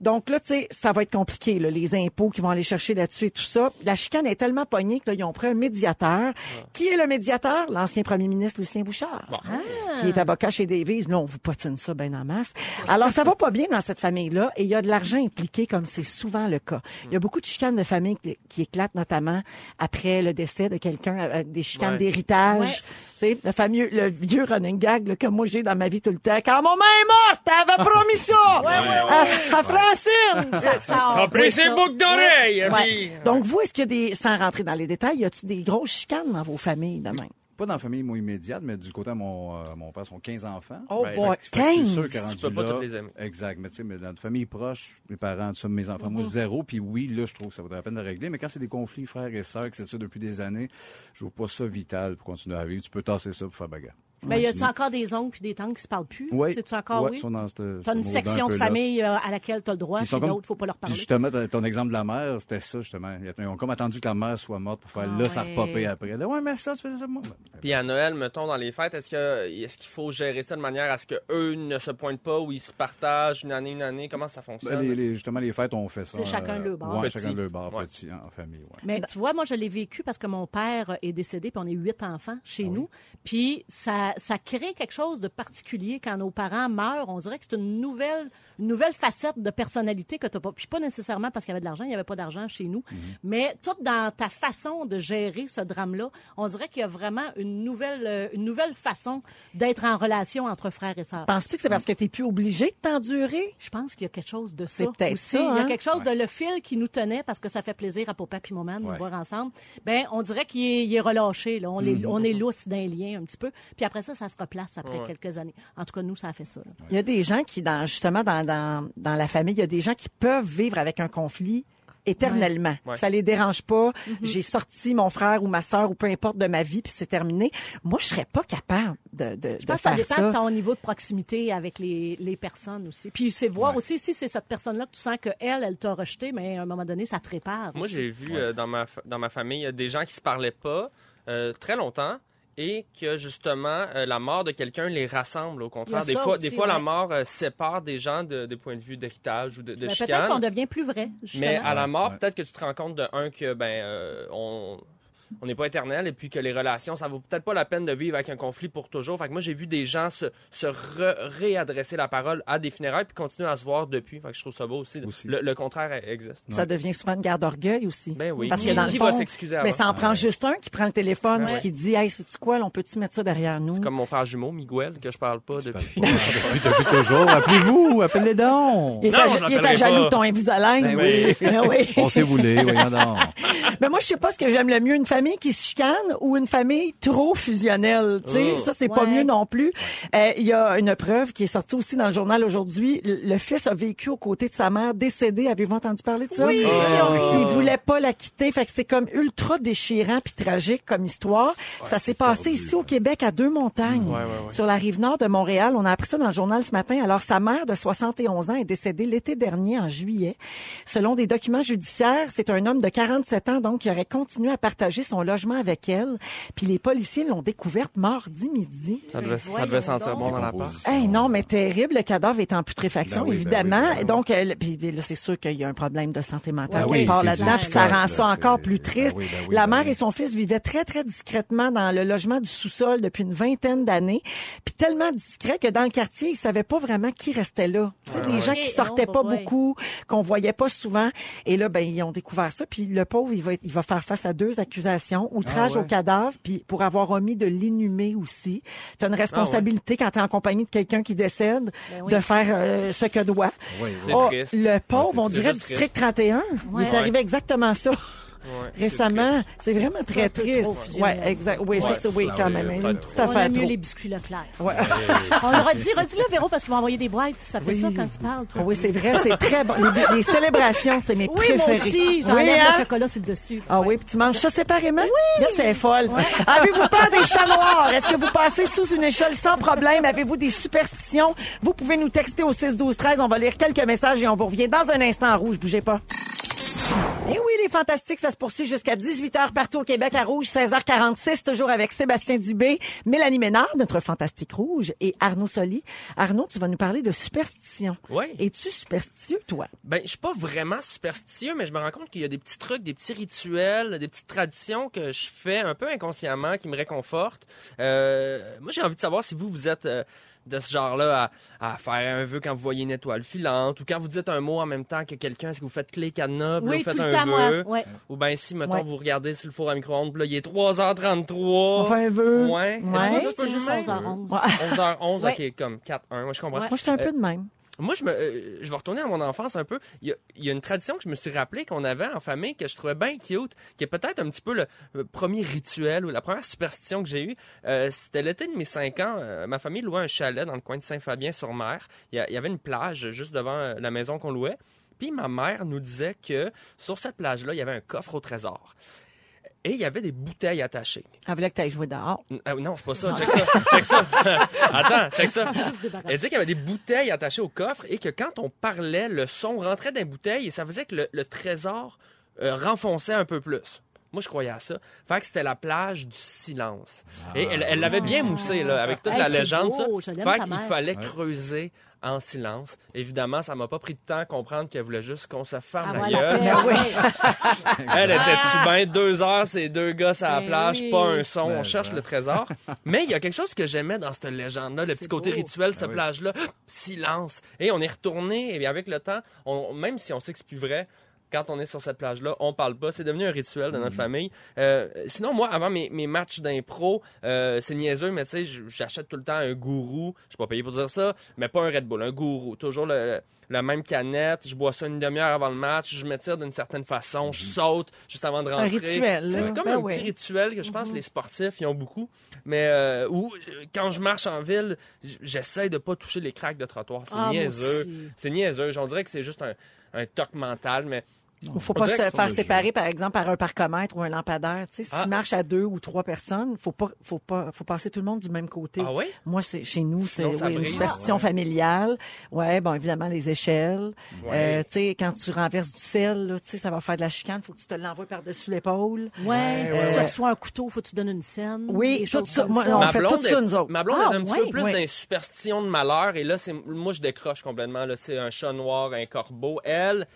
Speaker 1: Donc là, tu sais, ça va être compliqué, là, les impôts qui vont aller chercher là-dessus et tout ça. La chicane est tellement pognée que là, ils ont pris un médiateur. Qui est le médiateur? L'ancien premier ministre Lucien Bouchard Ah. qui est avocat chez Davies. Là, on vous patine ça ben en masse. Alors, ça va pas bien dans cette famille-là et il y a de l'argent impliqué comme c'est souvent le cas. Il y a beaucoup de chicanes de famille qui, qui éclatent, notamment après le décès de quelqu'un, euh, des chicanes
Speaker 5: Ouais.
Speaker 1: d'héritage. Tu sais, Le fameux, le vieux running gag là, que moi j'ai dans ma vie tout le temps. Quand maman est morte, elle avait promis ça à, à Francine. Ça sort.
Speaker 5: T'as pris ses boucles d'oreilles.
Speaker 1: Ouais.
Speaker 5: puis-
Speaker 1: Donc, vous, est-ce qu'il y a des, sans rentrer dans les détails, y a-tu des grosses chicanes dans vos familles demain?
Speaker 3: Pas dans la famille moi, immédiate, mais du côté de mon, euh, mon père, sont 15 enfants.
Speaker 1: Oh
Speaker 5: Ben,
Speaker 1: boy,
Speaker 3: Fait que C'est
Speaker 1: 15!
Speaker 3: sûr que rendu
Speaker 5: peux pas
Speaker 3: là-
Speaker 5: toutes les aimer.
Speaker 3: Exact. Mais tu sais, mais dans une famille proche, mes parents, ça, mes enfants,
Speaker 2: Mhm.
Speaker 3: moi, zéro. Puis oui, là, je trouve que ça vaudrait la peine de régler. Mais quand c'est des conflits frères et sœurs, que c'est ça depuis des années, je trouve pas ça vital pour continuer à vivre. Tu peux tasser ça pour faire bagarre.
Speaker 2: Ben, y a-tu encore des oncles puis des tantes qui se parlent plus?
Speaker 3: Oui.
Speaker 2: C'est-tu encore,
Speaker 3: Ouais,
Speaker 2: oui?
Speaker 3: sont dans cette-
Speaker 2: T'as
Speaker 3: ce
Speaker 2: une
Speaker 3: mode-là un
Speaker 2: section
Speaker 3: peu
Speaker 2: de
Speaker 3: là.
Speaker 2: famille euh, à laquelle t'as le droit,
Speaker 3: Puis ils
Speaker 2: puis
Speaker 3: sont comme-
Speaker 2: d'autres, faut pas leur parler.
Speaker 3: Puis justement, ton ton exemple de la mère, c'était ça, justement. Ils ont comme attendu que la mère soit morte pour faire
Speaker 2: Ah
Speaker 3: là, ça
Speaker 2: ouais.
Speaker 3: repopait après. Là, ouais, mais ça, tu faisais ça, moi.
Speaker 5: Puis à Noël, mettons, dans les fêtes, est-ce que est-ce qu'il faut gérer ça de manière à ce que eux ne se pointent pas ou ils se partagent une année, une année? Comment ça
Speaker 3: Ben,
Speaker 5: fonctionne?
Speaker 3: les- les- justement, les fêtes, on fait ça. euh,
Speaker 2: C'est chacun le bar.
Speaker 3: Ouais,
Speaker 5: Petit.
Speaker 3: chacun le bar,
Speaker 5: Ouais.
Speaker 3: petit, hein, en en famille, ouais.
Speaker 2: Mais tu vois, moi, je l'ai vécu parce que mon père est décédé, puis on est huit enfants chez nous. Puis ça, ça crée quelque chose de particulier quand nos parents meurent. On dirait que c'est une nouvelle, une nouvelle facette de personnalité que tu pas. Puis pas nécessairement parce qu'il y avait de l'argent, il n'y avait pas d'argent chez nous. Mais tout dans ta façon de gérer ce drame-là, on dirait qu'il y a vraiment une nouvelle, euh, une nouvelle façon d'être en relation entre frères et sœurs.
Speaker 1: Penses-tu que c'est parce que t'es plus obligé de t'endurer?
Speaker 2: Je pense qu'il y a quelque chose de
Speaker 1: C'est
Speaker 2: ça.
Speaker 1: peut-être
Speaker 2: aussi.
Speaker 1: ça,
Speaker 2: Il y
Speaker 1: hein?
Speaker 2: a quelque chose de le fil qui nous tenait parce que ça fait plaisir à papa puis maman de nous voir ensemble. Ben, on dirait qu'il est, il est relâché. Là. On,
Speaker 5: Mm-hmm.
Speaker 2: est, on est lousse d'un lien un petit peu. Puis après ça, ça se replace après quelques années. En tout cas, nous, ça a fait ça. là.
Speaker 1: Il y a des gens qui, dans, justement, dans, dans, dans la famille, il y a des gens qui peuvent vivre avec un conflit éternellement.
Speaker 5: Ouais.
Speaker 1: Ça les dérange pas. J'ai sorti mon frère ou ma sœur ou peu importe de ma vie, puis c'est terminé. Moi, je serais pas capable de, de,
Speaker 2: Je
Speaker 1: de
Speaker 2: pense que ça
Speaker 1: faire
Speaker 2: dépend
Speaker 1: ça.
Speaker 2: de ton niveau de proximité avec les, les personnes aussi. Puis c'est voir aussi si c'est cette personne-là que tu sens qu'elle, elle t'a rejeté, mais à un moment donné, ça te répare.
Speaker 5: Moi,
Speaker 2: aussi.
Speaker 5: j'ai vu euh, dans, ma, fa- dans ma famille euh, des gens qui se parlaient pas euh, très longtemps et que justement euh, la mort de quelqu'un les rassemble au contraire.
Speaker 2: Il y a
Speaker 5: Des
Speaker 2: ça
Speaker 5: fois,
Speaker 2: aussi,
Speaker 5: des fois la
Speaker 2: ouais.
Speaker 5: mort euh, sépare des gens de- des points de vue d'héritage ou de, de
Speaker 2: Mais Ben, Peut-être
Speaker 5: chicane.
Speaker 2: qu'on devient plus vrai, justement.
Speaker 5: Mais à la mort,
Speaker 3: Ouais.
Speaker 5: peut-être que tu te rends compte de un que ben euh, on on n'est pas éternel et puis que les relations, ça vaut peut-être pas la peine de vivre avec un conflit pour toujours. Fait que moi, j'ai vu des gens se, se re- réadresser la parole à des funérailles puis continuer à se voir depuis. Fait que je trouve ça beau aussi.
Speaker 3: Aussi.
Speaker 5: Le, le contraire euh, existe.
Speaker 1: Ça devient souvent une garde d'orgueil aussi.
Speaker 5: Ben oui.
Speaker 1: Parce que
Speaker 5: Qui-
Speaker 1: dans le
Speaker 5: qui
Speaker 1: fond,
Speaker 5: va s'excuser
Speaker 1: mais
Speaker 5: avant?
Speaker 1: ça en prend juste un qui prend le téléphone
Speaker 5: Ouais.
Speaker 1: puis qui dit Hey, c'est-tu quoi? là, on peut-tu mettre ça derrière nous?
Speaker 5: Comme mon frère jumeau, Miguel, que je parle pas depuis.
Speaker 3: Depuis, depuis toujours. Appelez-vous, appelez-les donc.
Speaker 1: Il
Speaker 5: Non, je
Speaker 1: était, il était
Speaker 5: l'appellerai
Speaker 1: jaloux
Speaker 5: pas.
Speaker 1: de ton Invisalign.
Speaker 3: Ben oui.
Speaker 1: Ben oui.
Speaker 3: On s'est voulu, voyons donc.
Speaker 1: Mais moi, je sais pas ce que j'aime le mieux, une famille qui se chicane ou une famille trop fusionnelle. Tu sais,
Speaker 5: Oh.
Speaker 1: ça c'est pas
Speaker 2: Ouais.
Speaker 1: mieux non plus. Euh, Il y a une preuve qui est sortie aussi dans le journal aujourd'hui. Le le fils a vécu aux côtés de sa mère décédée. Avez-vous entendu parler de ça
Speaker 2: Oui, c'est horrible.
Speaker 1: Il voulait pas la quitter. Fait que c'est comme ultra déchirant puis tragique comme histoire. ça s'est passé ici au Québec à deux montagnes, sur la rive nord de Montréal. On a appris ça dans le journal ce matin. Alors sa mère de 71 ans est décédée l'été dernier en juillet. Selon des documents judiciaires, c'est un homme de 47 ans donc qui aurait continué à partager son logement avec elle. Puis les policiers l'ont découverte mardi midi.
Speaker 5: Ça devait,
Speaker 2: voyons
Speaker 5: ça devait sentir
Speaker 2: donc.
Speaker 5: bon dans la part.
Speaker 3: Décomposition.
Speaker 1: Eh non, mais terrible. Le cadavre est en putréfaction,
Speaker 3: Ben oui, ben
Speaker 1: évidemment.
Speaker 3: oui, ben oui.
Speaker 1: Donc, euh, le- puis puis là, c'est sûr qu'il y a un problème de santé mentale
Speaker 3: Ben
Speaker 1: qui
Speaker 3: oui,
Speaker 1: part
Speaker 3: c'est
Speaker 1: là-dedans.
Speaker 3: du
Speaker 1: Puis ça
Speaker 3: stress,
Speaker 1: rend
Speaker 3: là,
Speaker 1: ça encore
Speaker 3: c'est-
Speaker 1: plus
Speaker 3: ben
Speaker 1: triste.
Speaker 3: oui, ben oui,
Speaker 1: La
Speaker 3: ben
Speaker 1: mère
Speaker 3: oui.
Speaker 1: et son fils vivaient très, très discrètement dans le logement du sous-sol depuis une vingtaine d'années. Puis tellement discret que dans le quartier, ils savaient pas vraiment qui restait là. Tu sais, des gens
Speaker 2: Ok,
Speaker 1: qui sortaient
Speaker 2: non,
Speaker 1: pas
Speaker 2: bah ouais.
Speaker 1: beaucoup, qu'on voyait pas souvent. Et là, ben, ils ont découvert ça. Puis le pauvre, il va, être- il va faire face à deux accusations. Outrage
Speaker 3: Ah ouais.
Speaker 1: au cadavre, puis pour avoir omis de l'inhumer aussi. Tu as une responsabilité quand tu es en compagnie de quelqu'un qui décède
Speaker 2: Ben oui.
Speaker 1: de faire euh, ce que doit. Oh,
Speaker 3: Oui,
Speaker 5: C'est
Speaker 3: oui.
Speaker 5: triste.
Speaker 1: Le pauvre,
Speaker 3: Ouais, c'est
Speaker 1: on dirait
Speaker 5: juste
Speaker 1: District 31. Il est arrivé
Speaker 5: Ouais.
Speaker 1: exactement ça
Speaker 5: Ouais, c'est
Speaker 1: récemment. C'est vraiment
Speaker 2: Un
Speaker 1: très
Speaker 2: peu
Speaker 1: triste.
Speaker 2: trop fusionnel.
Speaker 1: Ouais, exact. Oui, ça,
Speaker 3: Ouais,
Speaker 1: c'est oui,
Speaker 3: ça,
Speaker 1: quand
Speaker 3: oui,
Speaker 1: même.
Speaker 3: ça,
Speaker 1: Une petite
Speaker 2: On
Speaker 1: affaire
Speaker 2: aime mieux
Speaker 1: trop.
Speaker 2: les biscuits Leclerc.
Speaker 1: Ouais.
Speaker 2: On le redit, redis-le, Véro, parce qu'ils vont envoyer des boîtes. Ça fait ça quand tu parles, toi.
Speaker 1: Ah Oui, c'est vrai, c'est très bon. Les, les célébrations, c'est mes
Speaker 2: Oui,
Speaker 1: préférées.
Speaker 2: moi aussi. J'enlève
Speaker 1: Oui,
Speaker 2: le
Speaker 1: hein?
Speaker 2: chocolat sur le dessus.
Speaker 1: Ah oui, puis tu manges ça séparément? Oui! Là, c'est folle. Avez-vous peur des chats noirs? Est-ce que vous passez sous une échelle sans problème? Avez-vous des superstitions? Vous pouvez nous texter au 6-12-13. On va lire quelques messages et on vous revient dans un instant en rouge. Bougez pas. Eh oui, les fantastiques, ça se poursuit jusqu'à 18h partout au Québec à Rouge, 16h46, toujours avec Sébastien Dubé, Mélanie Ménard, notre fantastique rouge, et Arnaud Soli. Arnaud, tu vas nous parler de superstition.
Speaker 5: Oui.
Speaker 1: Es-tu superstitieux, toi?
Speaker 5: Ben, je suis pas vraiment superstitieux, mais je me rends compte qu'il y a des petits trucs, des petits rituels, des petites traditions que je fais un peu inconsciemment qui me réconfortent. Euh, moi, j'ai envie de savoir si vous, vous êtes euh, de ce genre-là à, à faire un vœu quand vous voyez une étoile filante ou quand vous dites un mot en même temps que quelqu'un, est-ce que vous faites clé cadenas,
Speaker 1: ben,
Speaker 5: puis là,
Speaker 2: Oui,
Speaker 5: vous
Speaker 2: tout
Speaker 5: faites
Speaker 2: le
Speaker 5: un
Speaker 2: temps, moi.
Speaker 5: vœu.
Speaker 2: Ouais.
Speaker 5: Ou ben si, mettons,
Speaker 1: Ouais.
Speaker 5: vous regardez sur le four à micro-ondes, puis là, il est 3h33. On
Speaker 1: fait un vœu.
Speaker 5: Ouais.
Speaker 1: Ouais.
Speaker 5: Êtes-vous
Speaker 2: Nous autres,
Speaker 5: un peu
Speaker 2: c'est juste
Speaker 5: de même?
Speaker 2: 11h11.
Speaker 5: 11h11,
Speaker 2: Ouais.
Speaker 5: ok, comme 4-1, moi je comprends. Euh,
Speaker 2: Ouais.
Speaker 1: Moi, je suis un peu de même.
Speaker 5: Moi, je, me, euh, je vais retourner à mon enfance un peu. Il y, a, il y a une tradition que je me suis rappelé qu'on avait en famille que je trouvais bien cute, qui est peut-être un petit peu le, le premier rituel ou la première superstition que j'ai eue. Euh, C'était l'été de mes 5 ans. euh, ma famille louait un chalet dans le coin de Saint-Fabien-sur-Mer. Il y, a- il y avait une plage juste devant euh, la maison qu'on louait. Puis ma mère nous disait que sur cette plage-là, il y avait un coffre au trésor. Et il y avait des bouteilles attachées.
Speaker 1: Elle voulait que tu jouer dehors.
Speaker 5: N- ah oui, non, c'est pas ça. Check ça. Check ça. Attends, check ça. Elle disait qu'il y avait des bouteilles attachées au coffre et que quand on parlait, le son rentrait dans les bouteilles et ça faisait que le, le trésor euh, renfonçait un peu plus. Moi, je croyais à ça. Fait que c'était la plage du silence. Et elle elle l'avait bien moussé, là, avec toute
Speaker 2: Hey,
Speaker 5: la
Speaker 2: c'est
Speaker 5: légende,
Speaker 2: beau,
Speaker 5: ça.
Speaker 2: je l'aime,
Speaker 5: Fait
Speaker 2: ta
Speaker 5: qu'il
Speaker 2: mère.
Speaker 5: fallait creuser en silence. Évidemment, ça m'a pas pris de temps à comprendre qu'elle voulait juste qu'on se
Speaker 2: Ah,
Speaker 5: ferme la gueule.
Speaker 1: Ben
Speaker 5: Elle était-tu bien deux heures, ces deux gars à la
Speaker 2: Ben
Speaker 5: plage,
Speaker 2: oui.
Speaker 5: pas un son, on
Speaker 3: Ben
Speaker 5: cherche
Speaker 3: ça.
Speaker 5: le trésor. Mais il y a quelque chose que j'aimais dans cette légende-là, le petit côté
Speaker 2: beau.
Speaker 5: rituel, cette
Speaker 3: Ben oui.
Speaker 5: plage-là, silence. Et on est retourné, et avec le temps, on, même si on sait que c'est plus vrai, quand on est sur cette plage-là, on parle pas. C'est devenu un rituel de
Speaker 3: Mhm.
Speaker 5: notre famille. Euh, sinon, moi, avant mes, mes matchs d'impro, euh, c'est niaiseux, mais tu sais, j- j'achète tout le temps un gourou. Je suis pas payé pour dire ça, mais pas un Red Bull, un gourou. Toujours le, la même canette. Je bois ça une demi-heure avant le match. Je m'étire d'une certaine façon. Je saute juste avant de
Speaker 1: Un
Speaker 5: rentrer.
Speaker 1: rituel,
Speaker 5: Tu sais,
Speaker 1: là.
Speaker 5: C'est comme
Speaker 1: Ben
Speaker 5: un
Speaker 1: ouais. Mhm.
Speaker 5: petit rituel que je pense que les sportifs ils ont beaucoup. Mais euh, ou euh, quand je marche en ville, j- j'essaie de pas toucher les craques de trottoir. C'est
Speaker 2: Ah, moi
Speaker 5: niaiseux.
Speaker 2: aussi.
Speaker 5: C'est niaiseux. On dirait que c'est juste un, un toc mental, mais
Speaker 1: Il faut
Speaker 5: On
Speaker 1: pas se
Speaker 5: dirait que
Speaker 1: faire
Speaker 3: le
Speaker 1: séparer, par exemple, par un parcomètre ou un lampadaire. Tu sais, si
Speaker 5: Ah.
Speaker 1: tu marches à deux ou trois personnes, faut pas, faut pas, faut passer tout le monde du même côté.
Speaker 5: ah ouais.
Speaker 1: Moi, c'est chez nous, c'est
Speaker 5: Sinon, ça Ah
Speaker 1: oui, une
Speaker 5: brise.
Speaker 1: superstition familiale. Ouais, bon, évidemment les échelles.
Speaker 5: Ouais.
Speaker 1: Euh, tu sais, quand tu renverses du sel, là, tu sais, ça va faire de la chicane. Faut que tu te l'envoies par dessus l'épaule.
Speaker 2: Ouais,
Speaker 5: Ouais,
Speaker 2: si tu
Speaker 1: ouais.
Speaker 2: reçois un couteau, faut que tu donnes une scène.
Speaker 1: Oui,
Speaker 2: des
Speaker 1: tout
Speaker 2: choses
Speaker 1: ça.
Speaker 2: comme
Speaker 1: Moi, on
Speaker 5: Ma
Speaker 1: fait
Speaker 5: blonde
Speaker 1: tout ça,
Speaker 5: est-
Speaker 1: nous autres.
Speaker 5: Ma blonde
Speaker 2: Ah,
Speaker 5: est un petit
Speaker 2: ouais,
Speaker 5: peu plus
Speaker 1: ouais.
Speaker 5: dans superstition de malheur. Et là, c'est moi, je décroche complètement. Là, c'est un chat noir, un corbeau. Elle,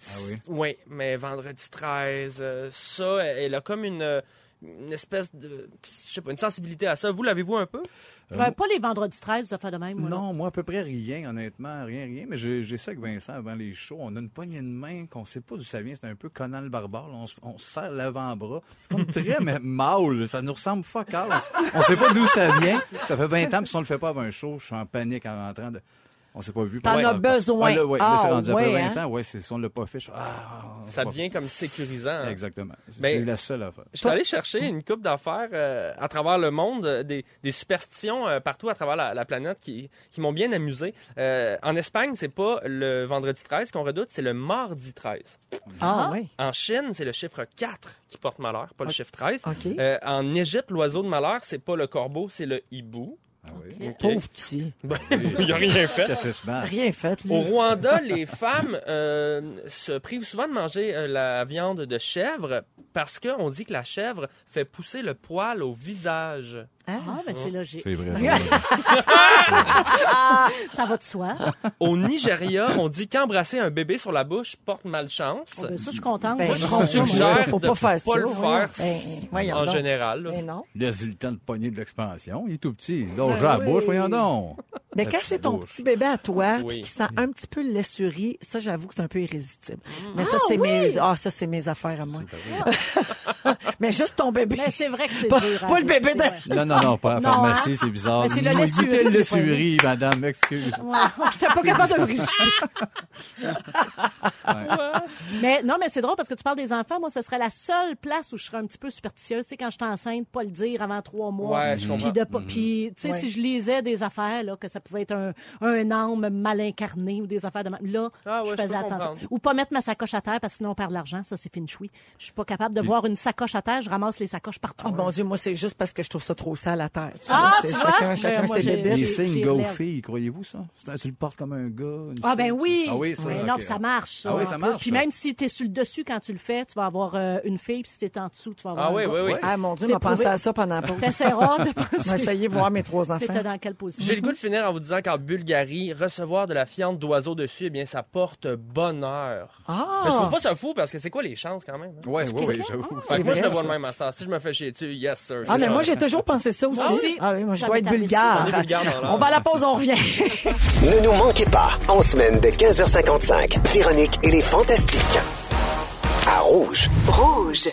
Speaker 3: Ah oui?
Speaker 5: oui, mais vendredi 13, euh, ça, elle a comme une, euh, une espèce de, je sais pas, une sensibilité à ça. Vous l'avez-vous un peu?
Speaker 2: Enfin, pas les vendredis 13, ça fait de même. moi, là.
Speaker 3: Non, moi, à peu près rien, honnêtement, rien, rien. Mais j'ai j'ai ça avec Vincent avant les shows. On a une poignée de main qu'on sait pas d'où ça vient. C'est un peu Conan le barbare. là. On, se- on se serre l'avant-bras. C'est comme très ma- mâle. Ça nous ressemble fuck all. On s- On sait pas d'où ça vient. Ça fait 20 ans, puis si on le fait pas avant un show, je suis en panique en rentrant de... On s'est pas vu.
Speaker 1: T'en
Speaker 3: Ouais.
Speaker 1: as besoin.
Speaker 3: Ah, là, ouais, là, c'est
Speaker 1: Ah,
Speaker 3: rendu
Speaker 1: ouais,
Speaker 3: après 20
Speaker 1: hein.
Speaker 3: ans. Ouais, c'est, si on l'a pas fait, je... ah, on
Speaker 5: Ça
Speaker 3: l'a pas
Speaker 5: devient comme sécurisant.
Speaker 3: fait.
Speaker 5: hein.
Speaker 3: Exactement. C'est,
Speaker 5: Ben-
Speaker 3: c'est la seule affaire.
Speaker 5: Je suis allé chercher une coupe d'affaires euh, à travers le monde, euh, des, des superstitions euh, partout à travers la, la planète qui, qui m'ont bien amusé. Euh, en Espagne, c'est pas le vendredi 13 qu'on redoute, c'est le mardi 13.
Speaker 1: Ah, oui.
Speaker 5: En Chine, c'est le chiffre 4 qui porte malheur, pas le chiffre 13.
Speaker 1: OK. Ah
Speaker 5: Euh, en Égypte, l'oiseau de malheur, c'est pas le corbeau, c'est le hibou.
Speaker 3: Ah oui.
Speaker 5: OK.
Speaker 1: Pauvre petit.
Speaker 5: Ben, Il a rien fait.
Speaker 3: Qu'est-ce que c'est mal?
Speaker 1: Rien fait, lui.
Speaker 5: Au Rwanda, les femmes euh, se privent souvent de manger euh, la viande de chèvre parce qu'on dit que la chèvre fait pousser le poil au visage.
Speaker 2: Ah, ben c'est logique.
Speaker 3: C'est vrai. ouais.
Speaker 2: Ça va de soi.
Speaker 5: Au Nigeria, on dit qu'embrasser un bébé sur la bouche porte malchance.
Speaker 2: Ah, ben, ça, je suis contente.
Speaker 1: Ben,
Speaker 2: Moi,
Speaker 5: je
Speaker 2: je suis
Speaker 1: non,
Speaker 2: contente.
Speaker 5: suggère
Speaker 1: ça, faut
Speaker 5: de
Speaker 1: pas faire
Speaker 5: pas
Speaker 1: ça,
Speaker 5: le
Speaker 1: voyons.
Speaker 5: faire
Speaker 1: Ben, voyons
Speaker 5: en
Speaker 1: donc.
Speaker 5: général. là.
Speaker 1: Mais non.
Speaker 3: Laisse le temps de pogner de l'expansion. Il est tout petit.
Speaker 2: Ben
Speaker 3: Donc, j'ai la bouche, voyons donc.
Speaker 1: Mais
Speaker 3: La
Speaker 1: quand
Speaker 3: petite
Speaker 1: c'est ton
Speaker 3: bouche.
Speaker 1: petit bébé à toi
Speaker 5: Oui.
Speaker 1: puis qui sent un petit peu le l'essurie, ça j'avoue que c'est un peu irrésistible. Mais ça c'est mes ah ça c'est mes affaires à moi. Mais juste ton bébé.
Speaker 2: Mais Ben, c'est vrai que c'est
Speaker 1: Pas-
Speaker 2: dur. à
Speaker 1: pas le bébé
Speaker 2: résister,
Speaker 1: de-
Speaker 2: ouais.
Speaker 3: Non, non, non, pas à la
Speaker 2: Non,
Speaker 3: pharmacie,
Speaker 2: hein?
Speaker 3: c'est bizarre.
Speaker 2: Mais c'est le
Speaker 3: Mm,
Speaker 2: lait
Speaker 3: goûtez
Speaker 2: suré, j'ai
Speaker 3: le lait
Speaker 2: pas aimé.
Speaker 3: suré, madame, excuse.
Speaker 2: J'étais pas capable de le résister. Mais non, mais c'est drôle parce que tu parles des enfants. Moi, ce serait la seule place où je serais un petit peu superstitieuse. C'est quand je suis enceinte, pas le dire avant trois mois.
Speaker 5: Ouais, je comprends.
Speaker 2: Puis, de pas-
Speaker 3: Mhm.
Speaker 2: puis, tu sais,
Speaker 1: Ouais.
Speaker 2: si je lisais des affaires, là, que ça pouvait être un, un âme mal incarné ou des affaires de... ma- Là,
Speaker 5: Ah ouais,
Speaker 2: je
Speaker 5: je
Speaker 2: faisais
Speaker 5: peux
Speaker 2: attention.
Speaker 5: comprendre.
Speaker 2: Ou pas mettre ma sacoche à terre parce que sinon on perd de l'argent. Ça, c'est fini Je suis pas capable de voir une sacoche à terre. Je ramasse les sacoches partout.
Speaker 3: Ah
Speaker 1: Oh mon dieu, moi c'est juste parce que je trouve ça trop sale à terre. Tu
Speaker 2: Ah,
Speaker 1: vois,
Speaker 2: tu
Speaker 1: c'est
Speaker 2: vois?
Speaker 1: chacun
Speaker 2: Ben,
Speaker 1: chacun
Speaker 2: moi,
Speaker 1: ses
Speaker 2: j'ai-
Speaker 1: bébés.
Speaker 3: Les
Speaker 2: j'ai-
Speaker 3: signes
Speaker 2: j'ai
Speaker 3: go
Speaker 2: l'air.
Speaker 3: filles, croyez-vous ça? C'est un- tu le portes comme un gars. une
Speaker 2: Ah ben
Speaker 3: fille,
Speaker 2: oui.
Speaker 3: ça? Ah oui, ça.
Speaker 2: Mais
Speaker 3: ok.
Speaker 2: non, puis ça marche. Ça,
Speaker 3: Ah oui,
Speaker 2: en
Speaker 3: ça
Speaker 2: plus.
Speaker 3: marche,
Speaker 2: Puis
Speaker 3: ça.
Speaker 2: même si t'es sur le dessus quand tu le fais, tu vas avoir euh, une fille. Puis si t'es en dessous, tu vas avoir.
Speaker 5: Ah
Speaker 2: un
Speaker 5: oui,
Speaker 2: gars.
Speaker 5: oui, oui.
Speaker 1: Ah mon dieu,
Speaker 2: C'est
Speaker 1: m'a pensé
Speaker 2: prouvé.
Speaker 1: à ça pendant la pause.
Speaker 2: T'essaieras de
Speaker 1: Je vais
Speaker 2: penser.
Speaker 1: essayer de voir mes trois enfants.
Speaker 2: T'étais dans quelle position?
Speaker 5: J'ai le goût de finir en vous disant qu'en Bulgarie, recevoir de la fiente d'oiseau dessus, eh bien, ça porte bonheur. Mais je trouve
Speaker 1: Ah,
Speaker 5: pas ça fou parce que c'est quoi les chances quand même? hein?
Speaker 3: Ouais, ouais, ouais, j'avoue.
Speaker 5: Fait que moi,
Speaker 1: vrai,
Speaker 5: je le vois
Speaker 1: ça.
Speaker 5: de même, Master. Si je me fais chier dessus, yes, sir.
Speaker 1: ah mais moi
Speaker 5: chanceux.
Speaker 1: j'ai toujours pensé ça aussi.
Speaker 2: Ah oui?
Speaker 1: Ah oui, moi je
Speaker 2: Ça
Speaker 1: dois être
Speaker 2: m'est arrivé
Speaker 1: bulgare.
Speaker 5: souvent. On est bulgare dans l'âme.
Speaker 1: On va à la pause, on revient.
Speaker 8: Ne nous manquez pas, en semaine de 15h55, Véronique et les Fantastiques. À Rouge.
Speaker 9: Rouge.